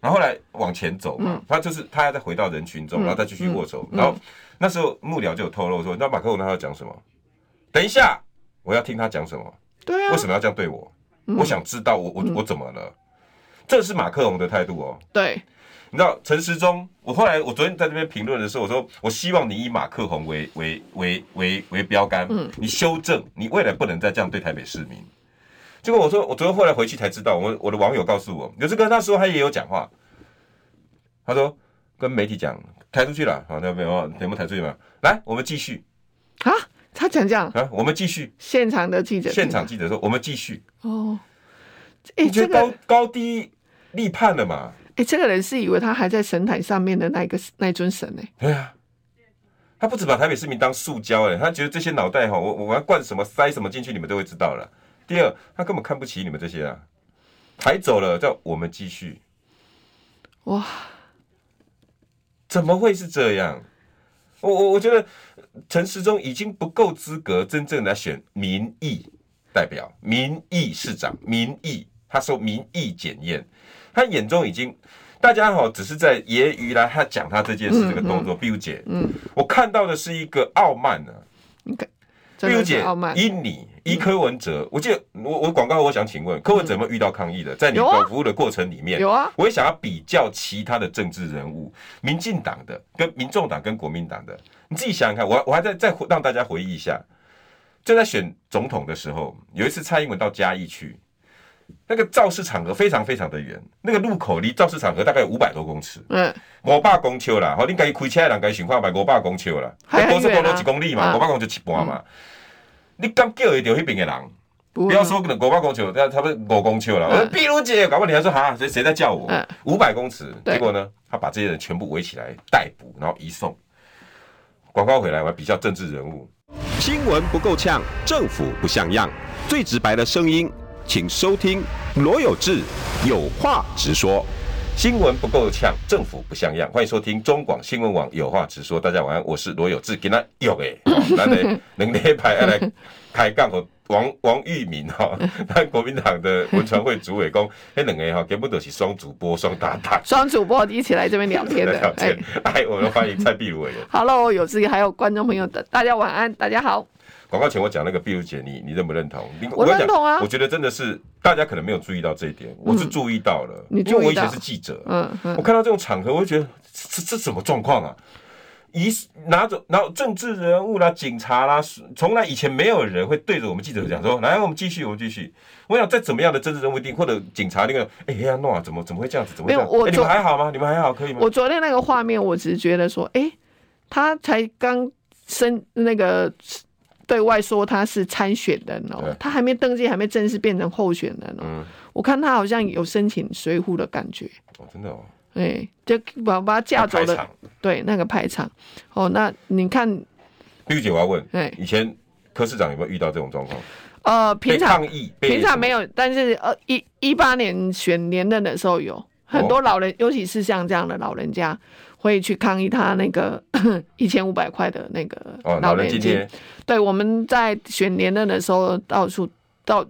Speaker 1: 然后后来往前走嘛，
Speaker 2: 嗯
Speaker 1: 他就是他要再回到人群中，然后再继续握手。然后那时候幕僚就有透露说，你知道马克龙他要讲什么？等一下，我要听他讲什么？
Speaker 2: 对啊
Speaker 1: 为，什么要这样对我？
Speaker 2: 嗯
Speaker 1: 我想知道我我我怎么了？这是马克龙的态度哦。
Speaker 2: 对，
Speaker 1: 你知道陈时中，我后来我昨天在这边评论的时候，我说我希望你以马克宏为为为为为标杆，
Speaker 2: 嗯
Speaker 1: 你修正，你未来不能再这样对台北市民。结果我说，我昨天后来回去才知道，我我的网友告诉我，有这个那时候他也有讲话，他说跟媒体讲抬出去了，好，那没有啊节目抬出去嘛，来，我们继续
Speaker 2: 啊，他讲这样，
Speaker 1: 啊，我们继续。
Speaker 2: 现场的记者，
Speaker 1: 现场记者说，我们继续。
Speaker 2: 哦，哎、
Speaker 1: 你觉
Speaker 2: 这
Speaker 1: 得
Speaker 2: 个
Speaker 1: 高高低立判了嘛？
Speaker 2: 哎、这个人是以为他还在神坛上面的那一个那一尊神呢、
Speaker 1: 对啊，他不止把台北市民当塑胶哎、他觉得这些脑袋哈，我我要灌什么塞什么进去，你们都会知道了。第二，他根本看不起你们这些啊，抬走了，叫我们继续，
Speaker 2: 哇，
Speaker 1: 怎么会是这样？我我我觉得陈时中已经不够资格真正来选民意代表、民意市长、民意，他受民意检验，他眼中已经。大家哈、只是在揶揄来他讲他这件事这个动作，碧如姐，嗯，我看到的是一个傲慢啊，
Speaker 2: 你看，
Speaker 1: 碧
Speaker 2: 真
Speaker 1: 如
Speaker 2: 的是
Speaker 1: 姐
Speaker 2: 傲，慢。嗯
Speaker 1: 依你依柯文哲，我记得我我广告，我想请问柯文哲有没有遇到抗议的？在你
Speaker 2: 有啊
Speaker 1: 搞服务的过程里面，
Speaker 2: 有啊，
Speaker 1: 我也想要比较其他的政治人物，民进党的跟民众党跟国民党的，你自己想想看，我我还在再回让大家回忆一下，就在选总统的时候，有一次蔡英文到嘉义去，那个造势场合非常非常的远，那个路口离造势场合大概有五百多公尺，
Speaker 2: 嗯，
Speaker 1: 五百公尺啦，好，你家己开车人家想看卖五百公尺啦，
Speaker 2: 还很
Speaker 1: 高速公
Speaker 2: 远
Speaker 1: 路
Speaker 2: 啊
Speaker 1: 一公里嘛，
Speaker 2: 嗯
Speaker 1: 五百公尺一半嘛，你敢叫得到迄边的人？
Speaker 2: 不
Speaker 1: 不
Speaker 2: 会
Speaker 1: 要说可能五百公尺，那差不多五公尺了。我说
Speaker 2: 嗯
Speaker 1: 碧如姐，搞不好你还说哈，谁谁在叫我
Speaker 2: 嗯？
Speaker 1: 五百公尺，
Speaker 2: 对
Speaker 1: 结果呢，他把这些人全部围起来逮捕，然后移送。广告回来，我要比较政治人物。
Speaker 3: 新闻不够呛，政府不像样，最直白的声音，请收听罗有志有话直说。
Speaker 1: 新闻不够呛，政府不像样。欢迎收听中广新闻网有话直说。大家晚安，我是罗有志，今天有诶，哦咱的能力派要来开杠和王王玉明哈，咱国民党的文传会主委讲，那两个哈根本都是双主播、双搭档
Speaker 2: 双主播一起来这边聊天
Speaker 1: 在 <laughs>
Speaker 2: 的
Speaker 1: 聊，
Speaker 2: 哎、
Speaker 1: 天。哎，我们欢迎蔡壁如委员。
Speaker 2: h e l l o 有志还有观众朋友的，大家晚安，大家好。
Speaker 1: 广告前我讲那个碧如姐，你你认不认同？你
Speaker 2: 我
Speaker 1: 要讲
Speaker 2: 认同啊嗯
Speaker 1: 我觉得真的是大家可能没有注意到这一点，我是注意到了，
Speaker 2: 你
Speaker 1: 因为
Speaker 2: 注
Speaker 1: 我
Speaker 2: 意
Speaker 1: 以
Speaker 2: 到
Speaker 1: 前是记者，
Speaker 2: 嗯嗯
Speaker 1: 我看到这种场合，我就觉得这这这什么状况啊？以拿着，然后政治人物啦、警察啦，从来以前没有人会对着我们记者讲说：“来，我们继续，我们继续。”我想，再怎么样的政治人物一定或者警察那个，哎、呀，诺啊，怎么怎么会这样子？怎么会这样
Speaker 2: 没有我
Speaker 1: 哎你们
Speaker 2: 昨
Speaker 1: 还好吗？你们还好，可以吗？
Speaker 2: 我昨天那个画面，我只是觉得说，诶，他才刚升那个对外说他是参选人
Speaker 1: 对
Speaker 2: 哦，他还没登记，还没正式变成候选人哦。
Speaker 1: 嗯
Speaker 2: 我看他好像有申请随扈的感觉，
Speaker 1: 哦，真的哦，
Speaker 2: 哎、就把把他架走
Speaker 1: 排
Speaker 2: 了
Speaker 1: 场。。
Speaker 2: 对，那个排场。哦，那你看，
Speaker 1: 碧如姐，我要问
Speaker 2: 哎，
Speaker 1: 以前柯市长有没有遇到这种状况？
Speaker 2: 呃，
Speaker 1: 被
Speaker 2: 平常
Speaker 1: 抗议，被
Speaker 2: 平常
Speaker 1: 什么
Speaker 2: 没有，但是呃，一一八年选连任的时候有很
Speaker 1: 哦
Speaker 2: 多老人，尤其是像这样的老人家，会去抗议他那个 <coughs> 一千五百块的那个
Speaker 1: 哦，老
Speaker 2: 老
Speaker 1: 人
Speaker 2: 年
Speaker 1: 津
Speaker 2: 金。
Speaker 1: 贴，
Speaker 2: 对，我们在选连任的时候，到处到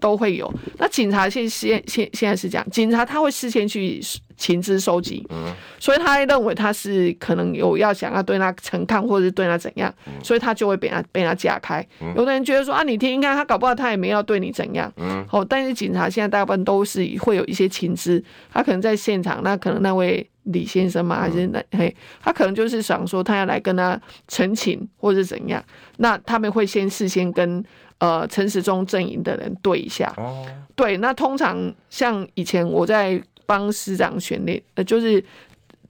Speaker 2: 都会有。那警察现现现现在是这样，警察他会事先去情资收集，
Speaker 1: 嗯
Speaker 2: 所以他认为他是可能有要想要对他陈抗，或者是对他怎样，所以他就会被他被他架开。有的人觉得说啊，你听听看，他搞不好他也没要对你怎样。
Speaker 1: 嗯，
Speaker 2: 好、但是警察现在大部分都是会有一些情资，他可能在现场，那可能那位李先生嘛，还是那、嘿，他可能就是想说他要来跟他陈情或者怎样，那他们会先事先跟呃陈时中阵营的人对一下，
Speaker 1: 哦，
Speaker 2: 对，那通常像以前我在帮市长选那，呃，就是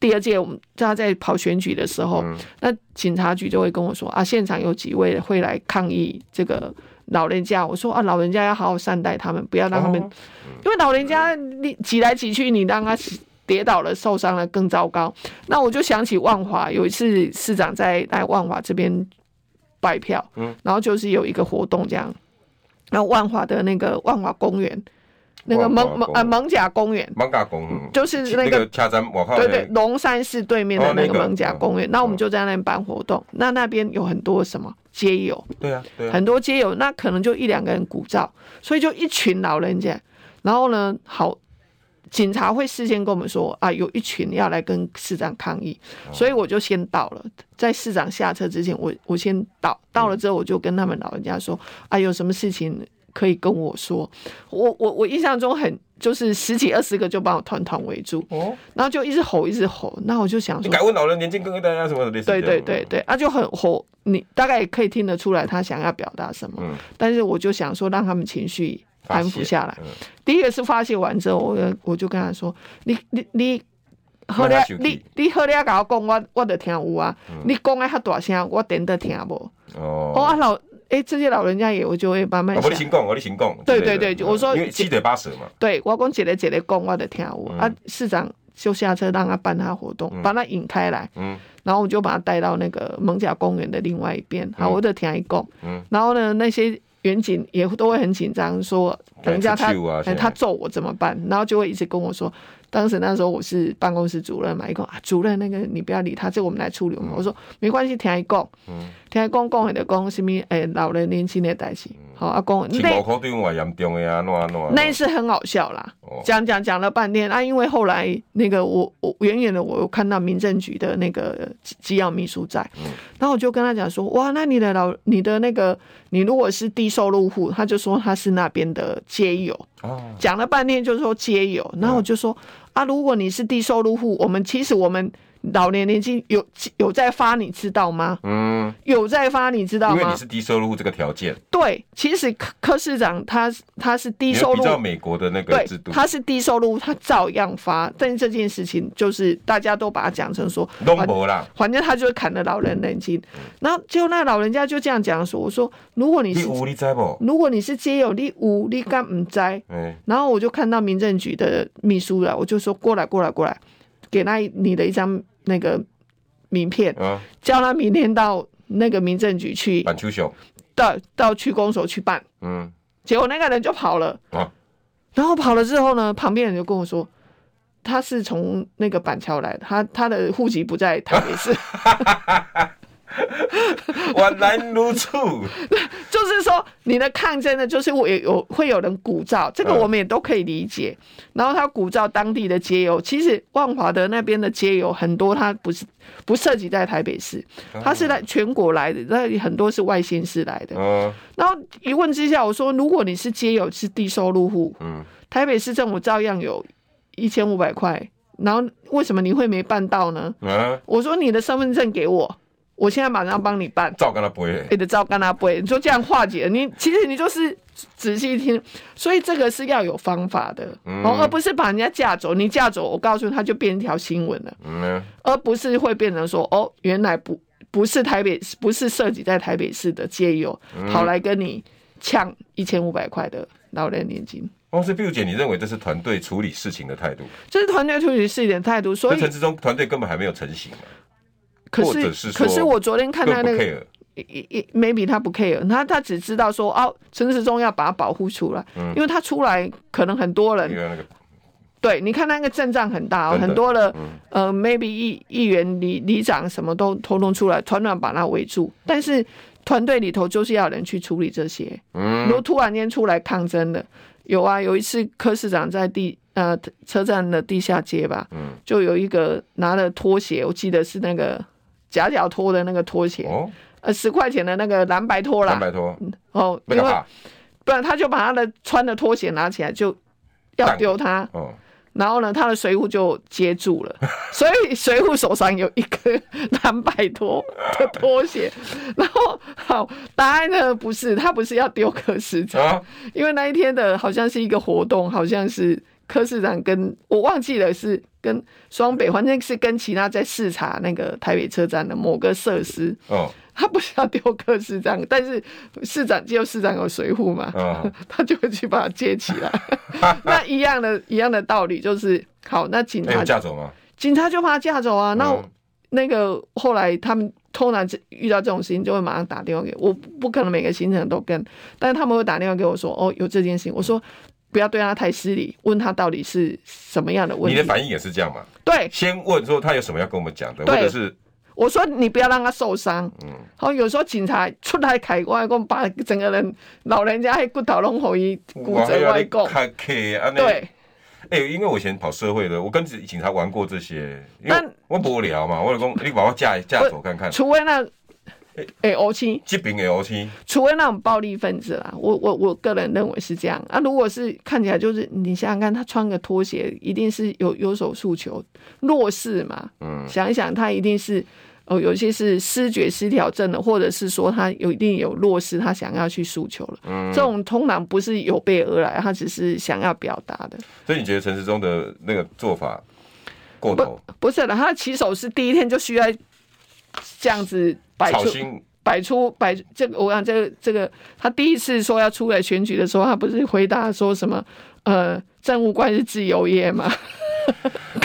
Speaker 2: 第二届我们他在跑选举的时候，那警察局就会跟我说啊，现场有几位会来抗议这个老人家。我说啊，老人家要好好善待他们，不要让他们，
Speaker 1: 哦
Speaker 2: 因为老人家你挤来挤去，你让他跌倒了、受伤了更糟糕。那我就想起万华有一次市长在来万华这边拜票，
Speaker 1: 嗯
Speaker 2: 然后就是有一个活动这样，然后万华的那个万华公园，那个
Speaker 1: 万华
Speaker 2: 蒙蒙
Speaker 1: 公园
Speaker 2: 啊蒙甲公园，
Speaker 1: 芒嘎公
Speaker 2: 就是那个
Speaker 1: 个掐针，我靠，哎
Speaker 2: 对对，龙山寺对面的
Speaker 1: 哦
Speaker 2: 那
Speaker 1: 那
Speaker 2: 个
Speaker 1: 个
Speaker 2: 蒙甲公园，那我们
Speaker 1: 嗯
Speaker 2: 就在那边办活动，那那边有很多什么街友，
Speaker 1: 对啊，对啊，
Speaker 2: 很多街友，那可能就一两个人鼓噪，所以就一群老人家，然后呢，好警察会事先跟我们说啊，有一群要来跟市长抗议，
Speaker 1: 哦
Speaker 2: 所以我就先到了。在市长下车之前，我我先到，到了之后我就跟他们老人家说啊，有什么事情可以跟我说。我我我印象中很就是十几二十个就把我团团围住，
Speaker 1: 哦，
Speaker 2: 然后就一直吼一直吼，那我就想
Speaker 1: 你
Speaker 2: 说，
Speaker 1: 敢问老人年纪更大家什么的类似这
Speaker 2: 对
Speaker 1: 样
Speaker 2: 对对，对，啊就很吼，你大概也可以听得出来他想要表达什么，
Speaker 1: 嗯
Speaker 2: 但是我就想说让他们情绪
Speaker 1: 发
Speaker 2: 安
Speaker 1: 泄
Speaker 2: 抚下来。
Speaker 1: 嗯
Speaker 2: 第一个是发泄完之后，我我就跟他说：“你你你，好了
Speaker 1: 让他，生
Speaker 2: 你
Speaker 1: 气
Speaker 2: 你好了，甲我讲，我我就听有啊。你讲的较大声，我点都听无。哦啊
Speaker 1: 哦，
Speaker 2: 老，诶、这些老人家也我就会慢慢
Speaker 1: 我
Speaker 2: 想
Speaker 1: 的。行动，我的哦行动，
Speaker 2: 对
Speaker 1: 之类的
Speaker 2: 对对
Speaker 1: 嗯
Speaker 2: 我说
Speaker 1: 因为七嘴八舌嘛，
Speaker 2: 对我讲一个一个讲，我就听有、
Speaker 1: 嗯
Speaker 2: 啊。市长就下车让他办他活动，
Speaker 1: 嗯
Speaker 2: 把他引开来，
Speaker 1: 嗯
Speaker 2: 然后我就把他带到那个蒙甲公园的另外一边。好，
Speaker 1: 嗯
Speaker 2: 我就听他讲。
Speaker 1: 嗯，
Speaker 2: 然后呢，那些远景也都会很紧张，说等一下他
Speaker 1: 出糗啊
Speaker 2: 哎
Speaker 1: 现在
Speaker 2: 他揍我怎么办？然后就会一直跟我说，当时那时候我是办公室主任嘛，一共啊主任那个你不要理他，这个我们来处理嘛。我说没关系，听一讲，
Speaker 1: 嗯
Speaker 2: 听一讲讲的讲什么哎老人年轻的代志，
Speaker 1: 嗯
Speaker 2: 好啊讲
Speaker 1: 情
Speaker 2: 那
Speaker 1: 报可对我也严重的啊，弄啊弄啊，
Speaker 2: 那是很好笑啦。
Speaker 1: 哦
Speaker 2: 讲讲讲了半天啊，因为后来那个我我远远的我有看到民政局的那个机机要秘书在，
Speaker 1: 嗯
Speaker 2: 然后我就跟他讲说，哇，那你的老你的那个你如果是低收入户，他就说他是那边的街友，
Speaker 1: 哦，
Speaker 2: 讲了半天就说街友，
Speaker 1: 嗯
Speaker 2: 然后我就说、啊，如果你是低收入户，我们其实我们老年年金有有在发，你知道吗？
Speaker 1: 嗯，
Speaker 2: 有在发，你知道
Speaker 1: 因为
Speaker 2: 吗
Speaker 1: 你？是低收入户这个条件，
Speaker 2: 对，其实柯柯市长他他是低
Speaker 1: 你
Speaker 2: 收
Speaker 1: 有
Speaker 2: 入
Speaker 1: 比较美国的那个
Speaker 2: 对
Speaker 1: 制，度，
Speaker 2: 他是低收入，他照样发。但是这件事情就是大家都把它讲成说，
Speaker 1: 都
Speaker 2: 反
Speaker 1: 没啦，
Speaker 2: 反正他就是砍了老人年金。
Speaker 1: 嗯
Speaker 2: 然后就那老人家就这样讲说：“我说，如果你
Speaker 1: 你
Speaker 2: 是
Speaker 1: 有你知不？
Speaker 2: 如果你是街友，你五你干唔摘。
Speaker 1: 哎，”
Speaker 2: 然后我就看到民政局的秘书了，我就说：“过来，过来，过来，给他你的一张那个名片，
Speaker 1: 啊，
Speaker 2: 叫他明天到那个民政局去，
Speaker 1: 板球熊，
Speaker 2: 到到区公所去办。”
Speaker 1: 嗯，
Speaker 2: 结果那个人就跑了。
Speaker 1: 啊
Speaker 2: 然后跑了之后呢，旁边人就跟我说，他是从那个板桥来的，他他的户籍不在台北市， <laughs>
Speaker 1: 原来如此， <laughs>
Speaker 2: 就是说你的抗争呢，就是我也有会有人鼓噪，这个
Speaker 1: 嗯
Speaker 2: 我们也都可以理解。然后他鼓噪当地的街友，其实万华的那边的街友很多，他不是不涉及在台北市，他是在全国来的，那很多是外县市来的。
Speaker 1: 嗯
Speaker 2: 然后一问之下，我说如果你是街友是低收入户，
Speaker 1: 嗯，
Speaker 2: 台北市政府照样有一千五百块，然后为什么你会没办到呢？
Speaker 1: 啊，
Speaker 2: 我说你的身份证给我，我现在马上帮你办。
Speaker 1: 照跟他不会，
Speaker 2: 你的照干他不会，你说这样化解你，其实你就是仔细听，所以这个是要有方法的，哦，而不是把人家架走。你架走，我告诉你他就变一条新闻了，
Speaker 1: 嗯，
Speaker 2: 而不是会变成说哦，原来不不是台北，不是涉及在台北市的街友跑来跟你呛一千五百块的老人年金。
Speaker 1: 哦，所以碧如姐，你认为这是团队处理事情的态度？
Speaker 2: 这是团队处理是一点态度，所
Speaker 1: 那
Speaker 2: 以
Speaker 1: 陈志忠团队根本还没有成型嘛，
Speaker 2: 可
Speaker 1: 或者
Speaker 2: 是
Speaker 1: 是说
Speaker 2: 可是我昨天看
Speaker 1: 更
Speaker 2: 他
Speaker 1: 不
Speaker 2: 那个
Speaker 1: care。
Speaker 2: 也也 maybe 他不 care，他他只知道说哦，陈世忠要把他保护出来，因为他出来可能很多人
Speaker 1: 因为那嗯个
Speaker 2: 对，你看那个阵仗很大、哦，
Speaker 1: 真的嗯
Speaker 2: 很多的、呃，maybe 议议员、里里长什么都通通出来，团团把他围住。但是团队里头就是要有人去处理这些，嗯，如果突然间出来抗争的，有啊，有一次柯市长在地呃车站的地下街吧，嗯，就有一个拿了拖鞋，我记得是那个夹脚拖的那个拖鞋，
Speaker 1: 哦，
Speaker 2: 呃，十块钱的那个蓝白拖
Speaker 1: 三
Speaker 2: 啦，
Speaker 1: 百多，
Speaker 2: 哦，
Speaker 1: 那
Speaker 2: 因
Speaker 1: 个
Speaker 2: 为
Speaker 1: 哈，
Speaker 2: 不然他就把他的穿的拖鞋拿起来就要
Speaker 1: 当
Speaker 2: 丢他。
Speaker 1: 哦，
Speaker 2: 然后呢，他的水壶就接住了， <laughs> 所以水壶手上有一颗蓝白拖的拖鞋。然后，好，答案呢不是，他不是要丢柯市长，
Speaker 1: 啊，
Speaker 2: 因为那一天的好像是一个活动，好像是柯市长跟我忘记了是跟双北，反正是跟其他在视察那个台北车站的某个设施。
Speaker 1: 哦，
Speaker 2: 他不是要丢柯市长，但是市长只有市长有水壶嘛，
Speaker 1: 嗯
Speaker 2: <laughs> 他就会去把它接起
Speaker 1: <laughs>
Speaker 2: 来。那一样的，一样的道理就是，好，那警
Speaker 1: 那哎有
Speaker 2: 察
Speaker 1: 架走吗？
Speaker 2: 警察就把他架走啊。那我、
Speaker 1: 嗯
Speaker 2: 那个后来他们通常遇到这种事情，就会马上打电话给我，不可能每个行程都跟，但是他们会打电话给我说，哦，有这件事情，我说。不要对他太失礼，问他到底是什么样的问
Speaker 1: 你
Speaker 2: 题。
Speaker 1: 的反应也是这样嘛？
Speaker 2: 对，
Speaker 1: 先问说他有什么要跟我们讲的，或
Speaker 2: 对
Speaker 1: 者是
Speaker 2: 我说你不要让他受伤。嗯，好，有时候警察出来开外公，把整个人老人家还骨头拢给伊骨
Speaker 1: 哇
Speaker 2: 折
Speaker 1: 还有
Speaker 2: 外
Speaker 1: 你
Speaker 2: 公。
Speaker 1: 卡 K 啊，那
Speaker 2: 对，
Speaker 1: 哎、因为我以前跑社会的，我跟警察玩过这些，因为
Speaker 2: 但
Speaker 1: 我无聊嘛，我老公你把我架架走看看，
Speaker 2: 除非那。哎、欧七，
Speaker 1: 这边的哦 OT
Speaker 2: 除非那种暴力分子啦，我我我个人认为是这样啊。如果是看起来就是你想想看，他穿个拖鞋，一定是有有所诉求，弱势嘛。嗯，想一想，他一定是哦，有些是失觉失调症的，或者是说他有一定有弱势，他想要去诉求了。嗯，这种通常不是有备而来，他只是想要表达的。
Speaker 1: 所以你觉得陈时中的那个做法过头，
Speaker 2: 不是的，他的起手是第一天就需要这样子摆
Speaker 1: 炒
Speaker 2: 出
Speaker 1: 新
Speaker 2: 摆出摆这个，我想这个这个，他第一次说要出来选举的时候，他不是回答说什么呃，政务官是自由业嘛？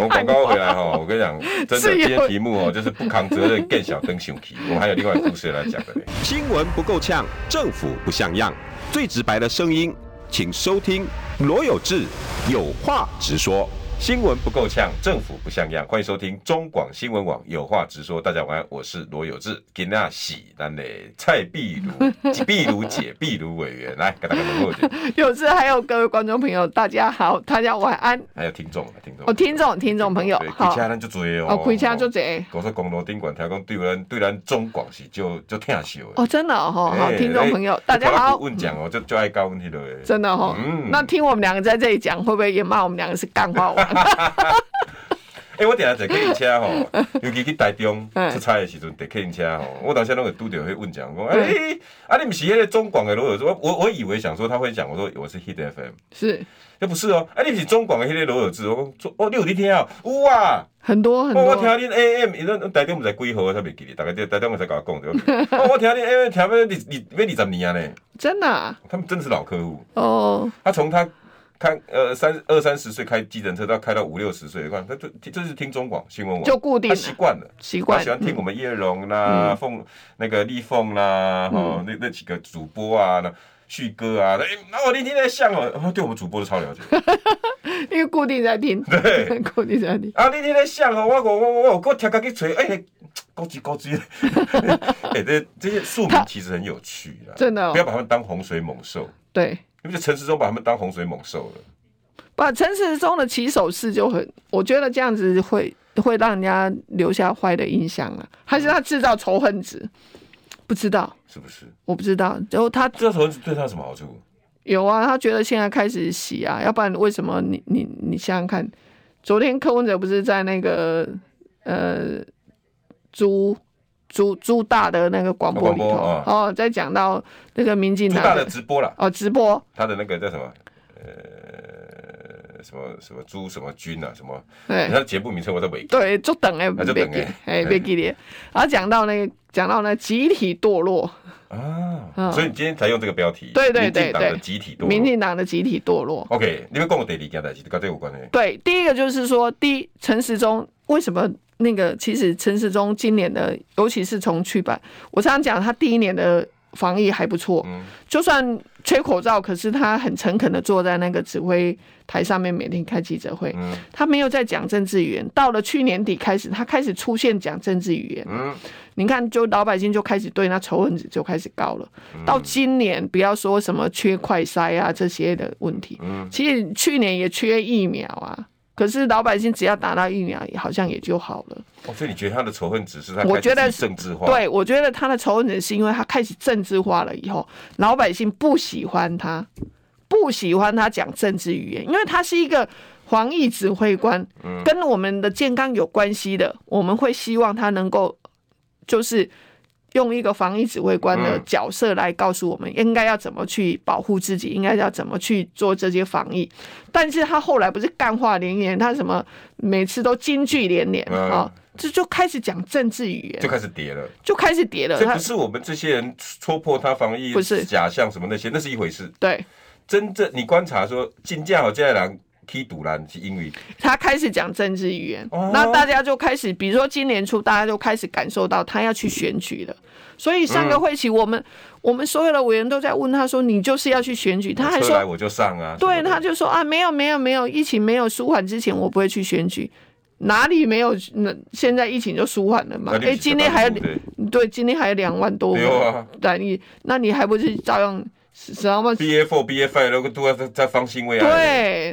Speaker 1: 我广告回来
Speaker 2: <laughs>
Speaker 1: 哈，我跟你讲，真的
Speaker 2: 是
Speaker 1: 今
Speaker 2: 有
Speaker 1: 天题目哦，就是不扛责任更小灯熊皮，我们还有另外一个故事来讲
Speaker 2: <laughs>
Speaker 1: 的嘞。
Speaker 3: 新闻不够呛，政府不像样，最直白的声音，请收听罗有志有话直说。
Speaker 1: 新闻不够呛，政府不像样，欢迎收听中广新闻网，有话直说。大家晚安，我是罗有志，给那喜咱的蔡壁
Speaker 2: <laughs>
Speaker 1: 如、壁如姐、壁如委员来跟大家问候一下，
Speaker 2: <laughs> 有志还有各位观众朋友，大家好，大家晚安。
Speaker 1: 还有听众啊，听众
Speaker 2: 哦，听众听众朋友
Speaker 1: 对，，开
Speaker 2: 好
Speaker 1: 车，咱就多
Speaker 2: 哦，
Speaker 1: 哦，
Speaker 2: 回家就这。
Speaker 1: 我说公路宾馆，听讲对咱对咱中广是就就听秀的。
Speaker 2: 哦，真的哦，哈好，
Speaker 1: 哎
Speaker 2: 听众朋友
Speaker 1: 哎，
Speaker 2: 大家
Speaker 1: 跑到
Speaker 2: 好
Speaker 1: <laughs> 古，问讲哦，就就爱高问题了哎。
Speaker 2: 真的哈
Speaker 1: 嗯。
Speaker 2: 那听我们两个在这里讲，会不会也骂我们两个是干话王？啊
Speaker 1: 哎、我定下坐客运车吼，
Speaker 2: <laughs>
Speaker 1: 尤其去台中
Speaker 2: 嗯
Speaker 1: 出差的时阵，坐客运车吼，我当时拢会拄着会问讲，讲哎、
Speaker 2: 嗯
Speaker 1: 啊，你不是那个中广的罗有志？我我我以为想说他会讲，我说我是 Hit FM，
Speaker 2: <laughs> 是
Speaker 1: 那不是哦，啊，你不是中广的那个罗有志？我讲做哦，你有在听啊？有啊，
Speaker 2: 很多很
Speaker 1: 哦，我
Speaker 2: 多
Speaker 1: 听。恁 AM，伊咱台中毋知几号，我才袂记哩，大概台中我才甲我讲着。 <laughs> 哦，我听恁 AM 听要二二要二十年啊呢，
Speaker 2: 真的啊、
Speaker 1: 他们真的是老客户，
Speaker 2: 哦，
Speaker 1: 他从他。开呃三二三十岁开计程车，到开到五六十岁，你看他就就是听中广新闻网，
Speaker 2: 就固定
Speaker 1: 他
Speaker 2: 了
Speaker 1: 啊习惯了。
Speaker 2: 习
Speaker 1: 他
Speaker 2: 惯嗯
Speaker 1: 喜欢听我们叶荣啦、凤那个立凤啦，哦，那那几个主播啊，那旭哥啊，哎，那我那天在想哦，哦对我们主播都超了解。
Speaker 2: 嗯 <laughs> 因为固定在听，
Speaker 1: 对
Speaker 2: <laughs> 固定在听。
Speaker 1: 啊，那天在想哦，我我我我我跳开去吹，哎，高级高级， <laughs> 哎，这这些庶民其实很有趣啦，
Speaker 2: 真的哦
Speaker 1: 不要把他们当洪水猛兽，
Speaker 2: 对，
Speaker 1: 因为陈时中把他们当洪水猛兽了。
Speaker 2: 把陈时中的起手式就很，我觉得这样子会会让人家留下坏的印象啊，还是他制造仇恨值？不知道，
Speaker 1: 是不是？
Speaker 2: 我不知道。然后他
Speaker 1: 这头对他有什么好处？
Speaker 2: 有啊，他觉得现在开始洗啊，要不然为什么你你你想想看，昨天柯文哲不是在那个呃朱朱朱大的那个广播里头
Speaker 1: 广播啊
Speaker 2: 哦，在讲到那个民进
Speaker 1: 朱
Speaker 2: 党
Speaker 1: 大的直播啦，
Speaker 2: 哦直播，
Speaker 1: 他的那个叫什么？呃，什么什么朱什么军啊，什么？
Speaker 2: 对
Speaker 1: 他，的节目名称我在尾
Speaker 2: 对，就等哎，
Speaker 1: 啊就
Speaker 2: 别
Speaker 1: 等
Speaker 2: 给
Speaker 1: 欸
Speaker 2: 哎，别给你。然后讲到那个，讲到那集体堕落，
Speaker 1: 啊，
Speaker 2: 嗯
Speaker 1: 所以你今天才用这个标题，
Speaker 2: 对对
Speaker 1: 民进
Speaker 2: 对
Speaker 1: 党的
Speaker 2: 对
Speaker 1: 集体堕
Speaker 2: 民
Speaker 1: 落。
Speaker 2: 进党的集体堕落。
Speaker 1: OK，你们跟我得理解代志，跟这有关系。
Speaker 2: 对，第一个就是说，第一，陈时中为什么那个？其实陈时中今年的，尤其是从去版，我常常讲他第一年的防疫还不错，
Speaker 1: 嗯
Speaker 2: 就算吹口罩，可是他很诚恳的坐在那个指挥台上面，每天开记者会，
Speaker 1: 嗯
Speaker 2: 他没有在讲政治语言。到了去年底开始，他开始出现讲政治语言。
Speaker 1: 嗯，
Speaker 2: 你看，就老百姓就开始对那仇恨值就开始高了。
Speaker 1: 嗯
Speaker 2: 到今年，不要说什么缺快筛啊这些的问题，其实去年也缺疫苗啊。可是老百姓只要打到疫苗，也好像也就好了。
Speaker 1: 哦，所以你觉得他的仇恨只是他
Speaker 2: 我
Speaker 1: 开始
Speaker 2: 觉得
Speaker 1: 自己政治化？，
Speaker 2: 对，我觉得他的仇恨值是因为他开始政治化了以后，老百姓不喜欢他，不喜欢他讲政治语言，因为他是一个防疫指挥官，
Speaker 1: 嗯
Speaker 2: 跟我们的健康有关系的，我们会希望他能够就是。用一个防疫指挥官的
Speaker 1: 嗯
Speaker 2: 角色来告诉我们应该要怎么去保护自己，应该要怎么去做这些防疫。但是他后来不是干话连连，他什么每次都金句连连啊、
Speaker 1: 嗯
Speaker 2: 这就开始讲政治语言
Speaker 1: 就，开始跌了。
Speaker 2: 就开始跌了。
Speaker 1: 所以
Speaker 2: 他
Speaker 1: 不是我们这些人戳破他防疫
Speaker 2: 不是
Speaker 1: 假象什么那些，那是一回事。
Speaker 2: 对
Speaker 1: 真正你观察说，金价好这人踢赌篮是因为
Speaker 2: 他开始讲政治语言，
Speaker 1: 哦
Speaker 2: 那大家就开始，比如说今年初，大家就开始感受到他要去选举了。所以上个会期，我们、我们所有的委员都在问他说：“你就是要去选举？”他还
Speaker 1: 车来
Speaker 2: 说
Speaker 1: 我就上啊。：“
Speaker 2: 对。”
Speaker 1: 什么
Speaker 2: 他
Speaker 1: 的
Speaker 2: 就说：“啊，没有没有没有，疫情没有舒缓之前，我不会去选举。”哪里没有？那现在疫情就舒缓了嘛？
Speaker 1: 那
Speaker 2: 哎、
Speaker 1: 你
Speaker 2: 今天还有
Speaker 1: 对
Speaker 2: 对，今天还有两万多
Speaker 1: 对啊
Speaker 2: 染疫，那你还不是照样知道吗？
Speaker 1: B A four B A five 那个都在在方兴未艾。，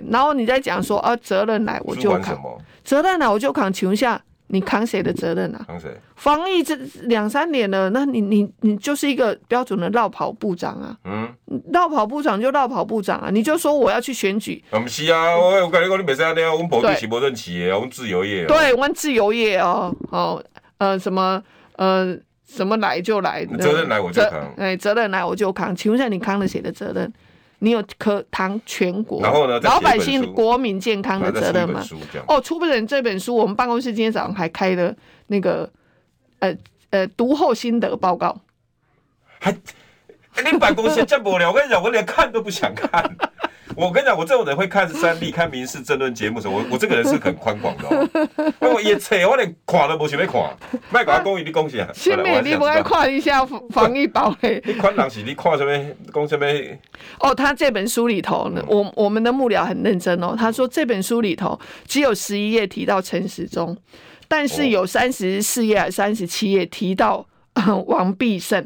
Speaker 2: 对，然后你再讲说啊，责任来我
Speaker 1: 主
Speaker 2: 就
Speaker 1: 管什
Speaker 2: 扛，
Speaker 1: 么？
Speaker 2: 责任啊来我就扛，请问一下，你扛谁的责任啊？
Speaker 1: 扛谁？
Speaker 2: 防疫这两三年了，那你你你就是一个标准的绕跑部长啊，
Speaker 1: 嗯，
Speaker 2: 绕跑部长就绕跑部长啊，你就说我要去选举，
Speaker 1: 我们是啊，我我感觉讲你每次那样，我们保
Speaker 2: 对
Speaker 1: 地起不任企业，我们自由业哦，
Speaker 2: 对，玩自由业哦，哦，呃，什么呃，什么来就来，
Speaker 1: 责任来我就
Speaker 2: 责
Speaker 1: 扛
Speaker 2: 哎，责任来我就扛。请问一下，你扛了谁的责任？你有可扛全国，
Speaker 1: 然后呢再写
Speaker 2: 老
Speaker 1: 一本
Speaker 2: 百姓
Speaker 1: 书
Speaker 2: 国民健康
Speaker 1: 然
Speaker 2: 的
Speaker 1: 后再
Speaker 2: 责
Speaker 1: 出一
Speaker 2: 任吗
Speaker 1: 本？书这样。
Speaker 2: 哦，出不了这本书，我们办公室今天早上还开了那个呃呃读后心得报告。
Speaker 1: 还、哎你办公室真无聊，我跟你讲，我连看都不想看。 <laughs> 我跟你讲，我这种人会看三立、看民事政论节目什么，我我这个人是很宽广的、哦。那我一切我连看都不想要看，卖给他公益你恭喜
Speaker 2: <laughs>
Speaker 1: 啊！
Speaker 2: 新
Speaker 1: 本来
Speaker 2: 美，
Speaker 1: 我
Speaker 2: 你不爱
Speaker 1: 还想知道？
Speaker 2: 看一下防防疫堡垒？
Speaker 1: 你看人是你看什么？讲什么？
Speaker 2: 哦，他这本书里头呢，
Speaker 1: 嗯
Speaker 2: 我我们的幕僚很认真哦。他说这本书里头只有十一页提到陈时中，但
Speaker 1: 哦
Speaker 2: 是有三十四页、还三十七页提到、呃王必胜。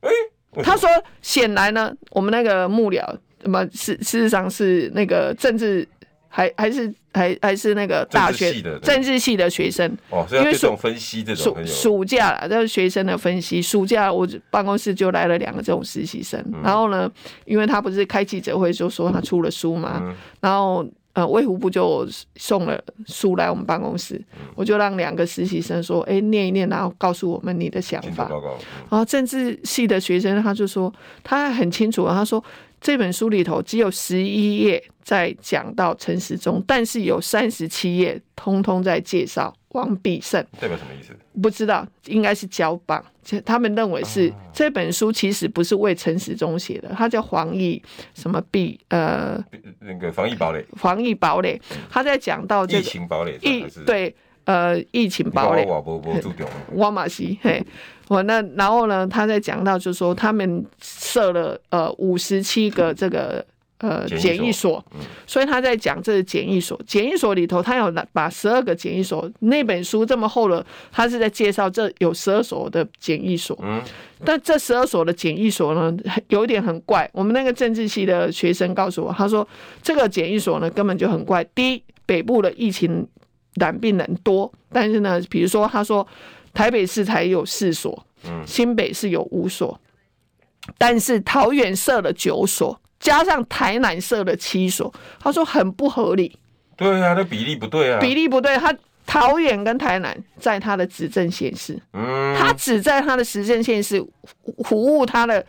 Speaker 1: 哎、为什
Speaker 2: 他
Speaker 1: 么
Speaker 2: 说，显然呢，我们那个幕僚，那么事事实上是那个政治，还还是还还是那个大
Speaker 1: 政治
Speaker 2: 学
Speaker 1: 系的对
Speaker 2: 政治系的学生。
Speaker 1: 哦，所以他
Speaker 2: 因
Speaker 1: 对
Speaker 2: 为
Speaker 1: 这种分析这种
Speaker 2: 暑
Speaker 1: 很有
Speaker 2: 暑假啦，这是学生的分析。暑假我办公室就来了两个这种实习生，
Speaker 1: 嗯
Speaker 2: 然后呢，因为他不是开记者会就说他出了书嘛，
Speaker 1: 嗯
Speaker 2: 然后呃卫福部就送了书来我们办公室，
Speaker 1: 嗯
Speaker 2: 我就让两个实习生说，哎、念一念，然后告诉我们你的想
Speaker 1: 进度
Speaker 2: 法。
Speaker 1: 报告。嗯
Speaker 2: 然后政治系的学生他就说，他很清楚，他说这本书里头只有十一页在讲到陈时中，但是有三十七页通通在介绍王必胜。
Speaker 1: 嗯代表什么意思？
Speaker 2: 不知道，应该是交棒。这他们认为
Speaker 1: 啊
Speaker 2: 是、这本书其实不是为陈时中写的，它叫《黄奕什么避呃
Speaker 1: 那个防疫堡垒、
Speaker 2: 黄奕堡垒》，他在讲到这
Speaker 1: 疫
Speaker 2: 个
Speaker 1: 情堡垒，
Speaker 2: 疫
Speaker 1: 还是哦
Speaker 2: 对呃疫情堡垒。
Speaker 1: 瓦伯伯注重
Speaker 2: 瓦马西，嘿，我那然后呢，他在讲到就是说他们设了呃五十七个这个呃
Speaker 1: 检疫
Speaker 2: 检疫所，
Speaker 1: 嗯
Speaker 2: 所以他在讲这个检疫所，检疫所里头他有拿把十二个检疫所那本书这么厚了，他是在介绍这有十二所的检疫所，
Speaker 1: 嗯，
Speaker 2: 但这十二所的检疫所呢，有一点很怪。我们那个政治系的学生告诉我，他说这个检疫所呢根本就很怪。第一，北部的疫情染病人多，但是呢，比如说他说台北市才有四所，
Speaker 1: 嗯
Speaker 2: 新北市有五所，但是桃园设了九所，加上台南设了七所，他说很不合理。
Speaker 1: 对啊，那比例不对啊，
Speaker 2: 比例不对，他桃园跟台南在他的执政县市，
Speaker 1: 嗯
Speaker 2: 他只在他的执政县市服服务他的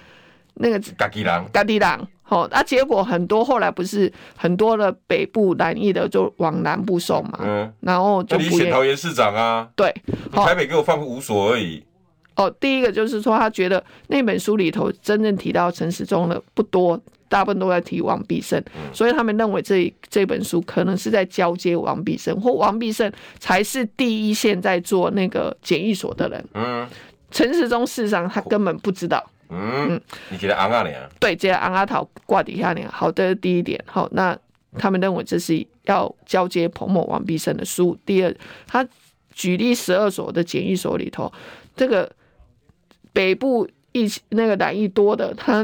Speaker 2: 那个
Speaker 1: 嘎吉郎，
Speaker 2: 甘地党。好、那、结果很多后来不是很多的北部南移的就往南部送嘛，
Speaker 1: 嗯，
Speaker 2: 然后
Speaker 1: 那
Speaker 2: 就
Speaker 1: 你
Speaker 2: 不
Speaker 1: 选
Speaker 2: 愿
Speaker 1: 桃园市长啊，
Speaker 2: 对，
Speaker 1: 你
Speaker 2: 好
Speaker 1: 台北给我放五所而已，
Speaker 2: 哦，第一个就是说，他觉得那本书里头真正提到陈时中的不多，大部分都在提王必胜，所以他们认为这这本书可能是在交接王必胜，或王必胜才是第一线在做那个检疫所的人。
Speaker 1: 嗯
Speaker 2: 陈时中事实上他根本不知道，
Speaker 1: 嗯，你觉得昂啊你啊，
Speaker 2: 对，这个昂阿桃挂底下呢，好的，第一点，好，那他们认为这是要交接彭某王必胜的书。第二，他举例十二所的检疫所里头，这个北部疫情那个染疫多的，他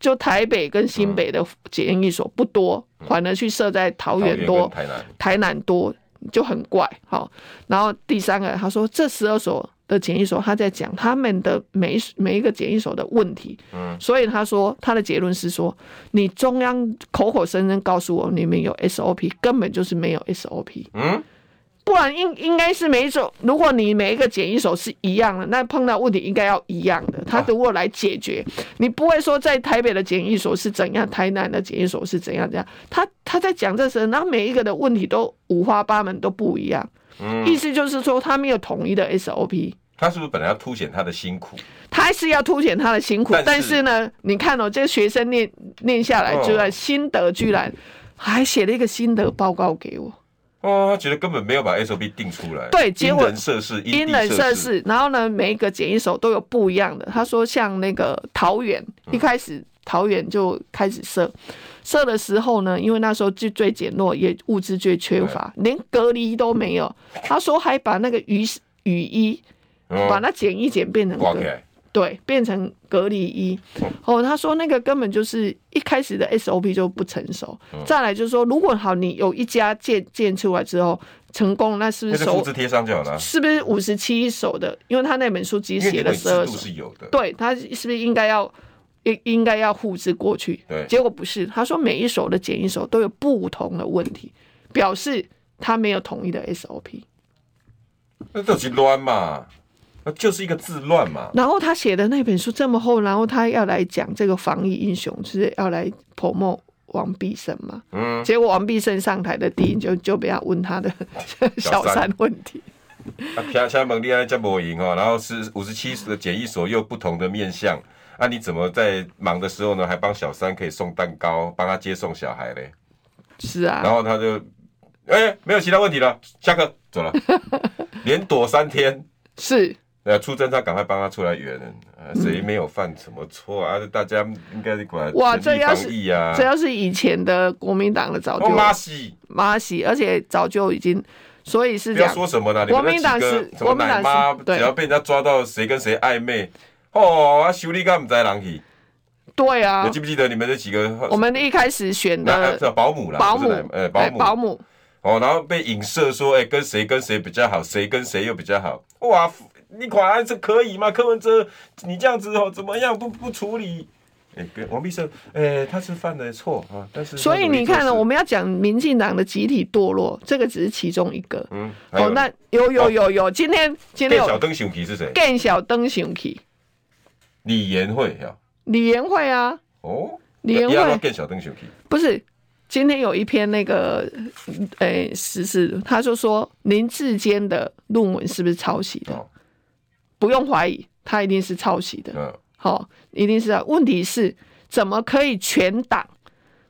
Speaker 2: 就台北跟新北的检疫所不多，反而去设在桃
Speaker 1: 嗯桃
Speaker 2: 园
Speaker 1: 园
Speaker 2: 多
Speaker 1: 跟，台南，
Speaker 2: 台南多就很怪。好，然后第三个他说这十二所的检疫所，他在讲他们的每一每一个检疫所的问题。
Speaker 1: 嗯，
Speaker 2: 所以他说他的结论是说，你中央口口声声告诉我你们有 SOP，根本就是没有 SOP。
Speaker 1: 嗯，
Speaker 2: 不然应应该是每一种，如果你每一个检疫手是一样的，那碰到问题应该要一样
Speaker 1: 啊
Speaker 2: 的。他如果来解决，你不会说在台北的检疫所是怎样，台南的检疫所是怎样怎样。他他在讲这时候，然后每一个的问题都五花八门，都不一样。
Speaker 1: 嗯
Speaker 2: 意思就是说，他没有统一的 SOP，
Speaker 1: 他是不是本来要凸显他的辛苦？
Speaker 2: 他还是要凸显他的辛苦
Speaker 1: 但。是
Speaker 2: 但是呢，你看哦，这学生念念下来，
Speaker 1: 哦
Speaker 2: 居然心得居然还写了一个心得报告给我。
Speaker 1: 哦，他觉得根本没有把 SOP 定出来，
Speaker 2: 对结果
Speaker 1: 因人设事，
Speaker 2: 因
Speaker 1: 地
Speaker 2: 人设
Speaker 1: 事，
Speaker 2: 事，然后呢，每一个检疫所都有不一样的。他说，像那个桃园，
Speaker 1: 嗯
Speaker 2: 一开始桃园就开始设，设的时候呢，因为那时候就最简陋，也物资最缺乏，连隔离都没有。他说还把那个雨雨衣
Speaker 1: 嗯
Speaker 2: 把它剪一剪变成嗯
Speaker 1: 挂
Speaker 2: 隔
Speaker 1: 起来，
Speaker 2: 对，变成隔离衣。哦，他说那个根本就是一开始的 SOP 就不成熟。
Speaker 1: 哦
Speaker 2: 再来就是说，如果好，你有一家建建出来之后成功，那是不
Speaker 1: 那
Speaker 2: 是
Speaker 1: 是复
Speaker 2: 手
Speaker 1: 制贴上就好了啊，
Speaker 2: 是不是五十七手的？因为他那本书只
Speaker 1: 因为
Speaker 2: 写
Speaker 1: 你
Speaker 2: 了
Speaker 1: 的
Speaker 2: 十
Speaker 1: 制
Speaker 2: 二
Speaker 1: 度
Speaker 2: 手，
Speaker 1: 是有的，
Speaker 2: 对他是不是应该要？应应该要复制过去，
Speaker 1: 对
Speaker 2: 结果不是。他说每一手的检疫手都有不同的问题，表示他没有统一的 SOP。
Speaker 1: 那就是乱嘛，那就是一个自乱嘛。
Speaker 2: 然后他写的那本书这么厚，然后他要来讲这个防疫英雄，就是要来 promo 王必胜嘛。
Speaker 1: 嗯，
Speaker 2: 结果王必胜上台的第一就就被他问他的小三问题，
Speaker 1: 啊，偏偏蒙利安加博赢哦，然后是五十七的检疫所又不同的面向，啊，你怎么在忙的时候呢，还帮小三可以送蛋糕，帮他接送小孩嘞？
Speaker 2: 是
Speaker 1: 然
Speaker 2: 啊，
Speaker 1: 后他就，哎、没有其他问题了，下课走
Speaker 2: <laughs>
Speaker 1: 了，连躲三天。
Speaker 2: 是
Speaker 1: 呃，出征他赶快帮他出来圆，呃，谁没有犯什么错啊？大家应该是管
Speaker 2: 哇
Speaker 1: 全力
Speaker 2: 这要是
Speaker 1: 防疫啊哦
Speaker 2: 这，要是以前的国民党的早就
Speaker 1: 我妈西，
Speaker 2: 马洗，而且早就已经，所以是
Speaker 1: 不
Speaker 2: 这
Speaker 1: 要
Speaker 2: 样。
Speaker 1: 说什么了，你
Speaker 2: 国
Speaker 1: 们
Speaker 2: 民党
Speaker 1: 那几
Speaker 2: 是
Speaker 1: 个什么奶妈，
Speaker 2: 国民党是对
Speaker 1: 只要被人家抓到谁跟谁暧昧，哦，啊，修理干不在狼去。
Speaker 2: 对啊
Speaker 1: 你，记不记得你们这几个？
Speaker 2: 我们一开始选
Speaker 1: 那
Speaker 2: 的
Speaker 1: 是保姆啦，
Speaker 2: 保
Speaker 1: 不
Speaker 2: 姆
Speaker 1: 是奶，呃，保
Speaker 2: 哎
Speaker 1: 姆，
Speaker 2: 保姆，
Speaker 1: 哦，然后被影射说，哎，跟谁跟谁比较好，谁跟谁又比较好，哇，你管啊这可以吗？柯文哲，你这样子哦，怎么样不不处理？哎，跟王必胜，哎，他是犯了错啊，但是
Speaker 2: 所以你看哦呢，
Speaker 1: 呢，
Speaker 2: 我们要讲民进党的集体堕落，这个只是其中一个。
Speaker 1: 嗯，还有
Speaker 2: 哦，那有有有有，今天今天
Speaker 1: 店小
Speaker 2: 有
Speaker 1: 灯熊皮是谁？
Speaker 2: 更小灯熊起，
Speaker 1: 李延慧呀，
Speaker 2: 李延慧啊，
Speaker 1: 哦，
Speaker 2: 李延慧
Speaker 1: 店小灯熊皮，
Speaker 2: 不是，今天有一篇那个，诶、时事，他就说林志坚的论文是不是抄袭的？
Speaker 1: 哦
Speaker 2: 不用怀疑，他一定是抄袭的。
Speaker 1: 嗯，
Speaker 2: 好、一定是啊。问题是怎么可以全党？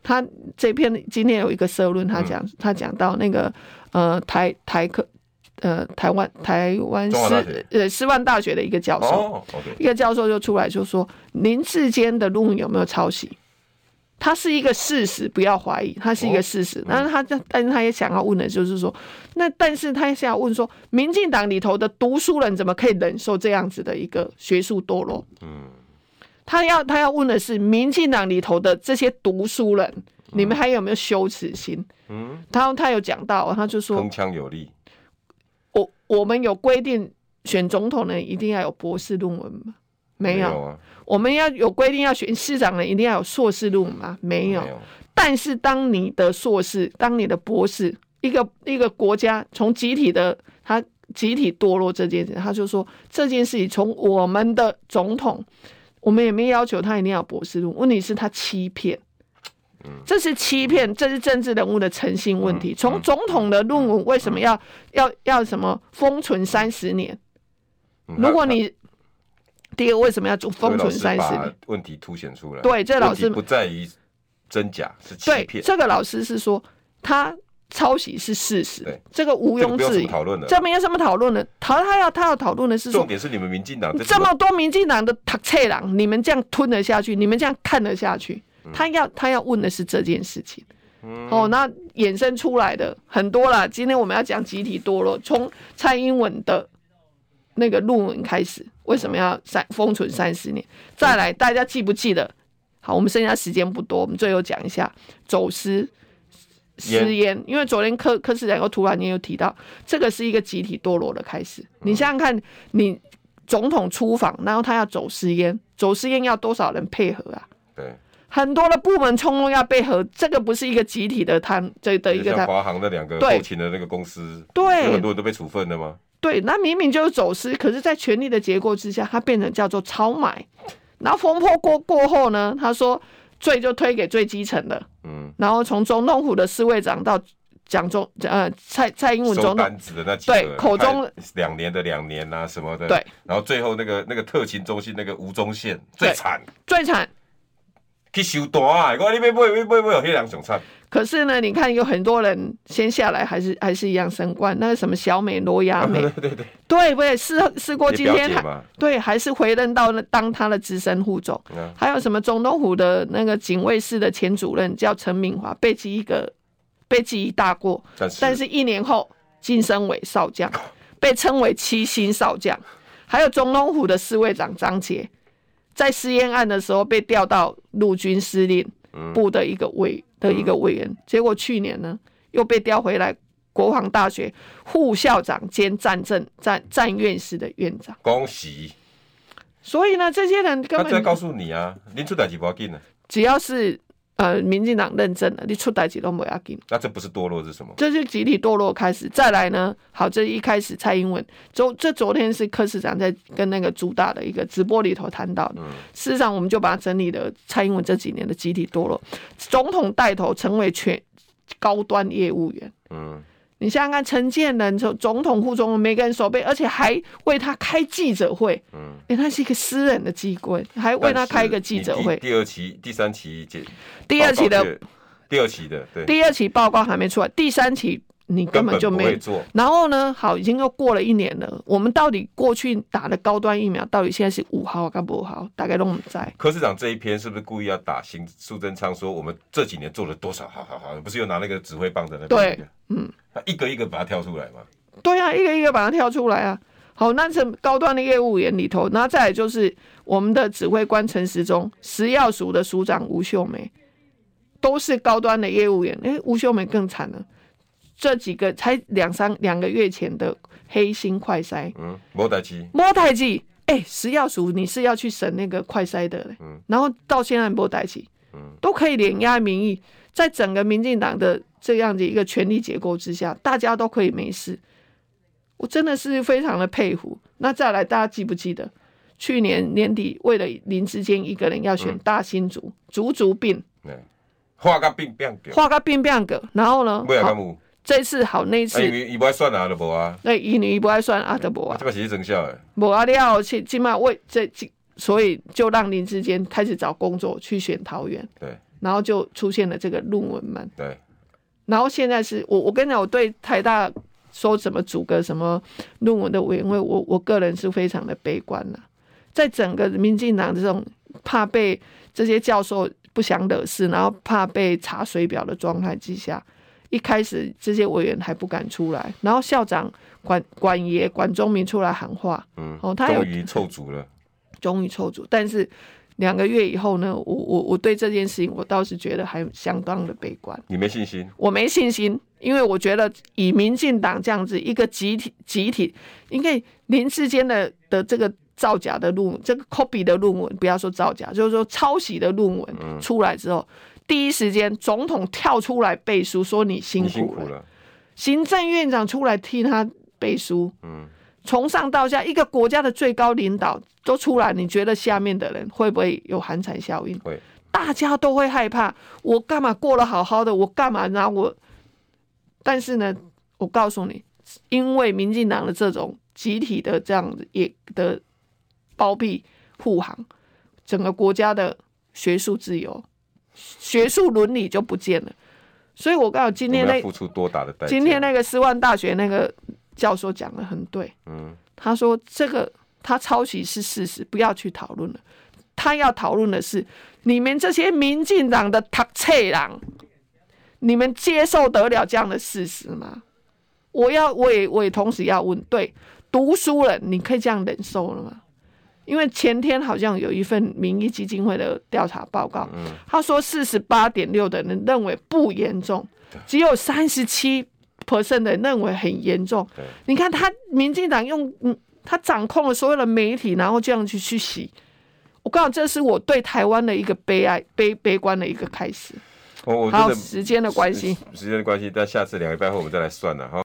Speaker 2: 他这篇今天有一个社论，
Speaker 1: 嗯
Speaker 2: 他讲、他讲到那个呃台台科呃台湾台湾
Speaker 1: 中华大
Speaker 2: 师
Speaker 1: 学
Speaker 2: 呃师范大学的一个教授，
Speaker 1: 哦，OK，
Speaker 2: 一个教授就出来就说林志坚的论文有没有抄袭？它是一个事实，不要怀疑，它是一个事实。但是他这，但是他也想要问的就是说，那但是他也想要问说，民进党里头的读书人怎么可以忍受这样子的一个学术堕落？
Speaker 1: 嗯，
Speaker 2: 他要他要问的是，民进党里头的这些读书人，你们还有没有羞耻心？
Speaker 1: 嗯，
Speaker 2: 他他有讲到，他就说
Speaker 1: 铿，锵有力，
Speaker 2: 我我们有规定选总统的人一定要有博士论文吗？没有，
Speaker 1: 啊，
Speaker 2: 我们要有规定要选市长的人一定要有硕士论文吗？没有。但是当你的硕士，当你的博士，一个一个国家从集体的他集体堕落这件事，他就说这件事情从我们的总统，我们也没要求他一定要博士论文，问题是他欺骗。
Speaker 1: 嗯
Speaker 2: 这是欺骗，这是政治人物的诚信问题。从
Speaker 1: 嗯
Speaker 2: 总统的论文为什么要要要什么封存三十年？
Speaker 1: 嗯
Speaker 2: 如果你第一个为什么要做封存三，
Speaker 1: 他
Speaker 2: 十
Speaker 1: 这位老
Speaker 2: 年
Speaker 1: 师？把问题凸显出来，
Speaker 2: 对这老师
Speaker 1: 问题不在于真假，是欺
Speaker 2: 对，
Speaker 1: 骗。
Speaker 2: 这个老师是说他抄袭是事实
Speaker 1: 对，
Speaker 2: 这个毋
Speaker 1: 这个
Speaker 2: 庸
Speaker 1: 不用
Speaker 2: 置
Speaker 1: 什
Speaker 2: 疑
Speaker 1: 么，讨论的，
Speaker 2: 这没有什么讨论的。讨他要他要讨论的是
Speaker 1: 重
Speaker 2: 说，
Speaker 1: 点是你们民进党
Speaker 2: 这
Speaker 1: 怎
Speaker 2: 么多民进党的塔切郎，你们这样吞得下去，你们这样看得下去？
Speaker 1: 嗯
Speaker 2: 他要他要问的是这件事情。哦，那衍生出来的很多啦。今天我们要讲集体堕落，从蔡英文的那个论文开始，为
Speaker 1: 嗯
Speaker 2: 什么要三封存三十年？再来，大家记不记得？好，我们剩下时间不多，我们最后讲一下走私
Speaker 1: 烟
Speaker 2: 私烟，因为昨天柯柯市长又突然间又提到，这个是一个集体堕落的开始。
Speaker 1: 嗯
Speaker 2: 你想想看，你总统出访，然后他要走私烟，走私烟要多少人配合啊？
Speaker 1: 对，
Speaker 2: 很多的部门冲动要配合，这个不是一个集体的贪，这的一
Speaker 1: 就
Speaker 2: 个
Speaker 1: 像
Speaker 2: 贪。
Speaker 1: 华航那两个
Speaker 2: 对
Speaker 1: 后勤的那个公司，有很
Speaker 2: 对
Speaker 1: 多人都被处分了吗？
Speaker 2: 对，那明明就是走私，可是，在权力的结构之下，它变成叫做超买。然后风波过过后呢，他说罪就推给最基层的，
Speaker 1: 嗯，
Speaker 2: 然后从总统府的侍卫长到蒋中呃蔡蔡英文
Speaker 1: 收
Speaker 2: 总统，
Speaker 1: 单子的那几个，
Speaker 2: 对口中
Speaker 1: 还两年的两年啊什么的，
Speaker 2: 对，
Speaker 1: 然后最后那个那个特勤中心那个吴宗宪
Speaker 2: 对
Speaker 1: 最惨，
Speaker 2: 最惨。
Speaker 1: 去修单啊，我你别买买买买，黑人上惨，
Speaker 2: 可是呢，你看有很多人先下来，还是还是一样升官。那个什么小美、罗亚
Speaker 1: <laughs>
Speaker 2: 美，
Speaker 1: 对对对，
Speaker 2: 对不对？试试过
Speaker 1: 你
Speaker 2: 今
Speaker 1: 表
Speaker 2: 天
Speaker 1: 姐
Speaker 2: 还
Speaker 1: 嘛，
Speaker 2: 对，还是回任到那当他的资深护总。
Speaker 1: 嗯
Speaker 2: 还有什么总统府的那个警卫室的前主任叫陈敏华，被记一个被记一大过，
Speaker 1: 但是
Speaker 2: 但是一年后晋升为少将，被称为七星少将。还有总统府的侍卫长张杰，在试验案的时候被调到陆军司令
Speaker 1: 嗯
Speaker 2: 部的一个委、的一个委员，结果去年呢又被调回来国防大学副校长兼战政战战院士的院长。
Speaker 1: 恭喜！
Speaker 2: 所以呢，这些人根
Speaker 1: 他在
Speaker 2: 本
Speaker 1: 告诉你啊，您出代志不要紧啊，
Speaker 2: 只要是呃民进党认证了，你出代志都不要紧。
Speaker 1: 那这不是堕落是什么？
Speaker 2: 这就集体堕落开始。再来呢，好，这一开始蔡英文，昨这昨天是柯市长在跟那个朱大的一个直播里头谈到的。
Speaker 1: 嗯
Speaker 2: 事实上，我们就把它整理了蔡英文这几年的集体堕落，总统带头成为全高端业务员。
Speaker 1: 嗯，
Speaker 2: 你想想看，陈建仁总总统、副总统每个人守备，而且还为他开记者会。嗯，哎、他是一个私人的机关，还为他开一个记者
Speaker 1: 但是你哦
Speaker 2: 会。
Speaker 1: 第第二期、第三期结，
Speaker 2: 第二期
Speaker 1: 报告
Speaker 2: 的
Speaker 1: 却，哦第二期的，对，
Speaker 2: 第二期报告还没出来，第三期你根本就
Speaker 1: 不
Speaker 2: 没有
Speaker 1: 会。做，
Speaker 2: 然后呢，好，已经又过了一年了，我们到底过去打的高端疫苗，到底现在是五号跟不号，大概都不在。
Speaker 1: 柯市长这一篇是不是故意要打行苏贞昌说我们这几年做了多少？好好好，不是又拿那个指挥棒在那边？
Speaker 2: 对，
Speaker 1: 嗯，他一个一个把它挑出来嘛。
Speaker 2: 对啊，一个一个把它跳出来啊。好，那是高端的业务员里头，那再来就是我们的指挥官陈时中，食药署的署长吴秀梅，都是高端的业务员。诶，吴秀梅更惨了，这几个才两三两个月前的黑心快筛，
Speaker 1: 嗯，莫代基
Speaker 2: 摸代志，哎、食药署你是要去审那个快筛的、嘞，
Speaker 1: 嗯
Speaker 2: 然后到现在摸代志，都可以碾压民意，在整个民进党的这样的一个权力结构之下，大家都可以没事，我真的是非常的佩服。那再来，大家记不记得去年年底为了林志坚一个人要
Speaker 1: 嗯
Speaker 2: 选大新竹，足足病，
Speaker 1: 对，画个病变给，
Speaker 2: 画个病变个，然后呢
Speaker 1: 不，要干
Speaker 2: 好
Speaker 1: 嘛？
Speaker 2: 这次好那一
Speaker 1: 啊，
Speaker 2: 次。
Speaker 1: 因为伊不爱算啊，都无啊，
Speaker 2: 那一女一不爱算阿德伯啊
Speaker 1: 啊，，这个是真效诶。
Speaker 2: 无啊了，起起码为这这，所以就让林志坚开始找工作去选桃园，
Speaker 1: 对
Speaker 2: 然后就出现了这个论文门，
Speaker 1: 对，
Speaker 2: 然后现在是我我跟你讲，我对台大说什么组个什么论文的委员会，我我个人是非常的悲观了、在整个民进党这种怕被这些教授不想惹事，然后怕被查水表的状态之下，一开始这些委员还不敢出来，然后校长管管爷管中明出来喊话，
Speaker 1: 嗯，
Speaker 2: 哦他有
Speaker 1: 终于凑足了。
Speaker 2: 终于凑足。但是两个月以后呢，我我我对这件事情我倒是觉得还相当的悲观，
Speaker 1: 你没信心？
Speaker 2: 我没信心，因为我觉得以民进党这样子一个集体集体，因为林志坚的的这个。造假的论文，这个 copy 的论文，不要说造假，就是说抄袭的论
Speaker 1: 嗯
Speaker 2: 文出来之后，第一时间总统跳出来背书，说你辛
Speaker 1: 你
Speaker 2: 苦
Speaker 1: 辛
Speaker 2: 了
Speaker 1: 苦了，
Speaker 2: 行政院长出来替他背书，嗯，从上到下，一个国家的最高领导都出来，你觉得下面的人会不会有寒蝉效应？
Speaker 1: 会
Speaker 2: 大家都会害怕，我干嘛过得好好的，我干嘛拿我？但是呢，我告诉你，因为民进党的这种集体的这样子也的包庇护航，整个国家的学术自由、学术伦理就不见了。所以我告诉你今
Speaker 1: 我们
Speaker 2: 天那
Speaker 1: 要付出多大的代价？
Speaker 2: 今天那个师范大学那个教授讲的很对，
Speaker 1: 嗯，
Speaker 2: 他说这个他抄袭是事实，不要去讨论了。他要讨论的是你们这些民进党的读册人，你们接受得了这样的事实吗？我要，我也，我也同时要问，对，读书人你可以这样忍受了吗？因为前天好像有一份民意基金会的调查报告，他说四十八点六的人认为不严重，只有三十七 percent 的人认为很严重
Speaker 1: 对。
Speaker 2: 你看他民进党用嗯，他掌控了所有的媒体，然后这样去去洗。我告诉你，这是我对台湾的一个悲哀、悲悲观的一个开始。
Speaker 1: 哦我我真
Speaker 2: 好，
Speaker 1: 的
Speaker 2: 时间的关系。
Speaker 1: 时间的关系，但下次两个礼拜后我们再来算了哈。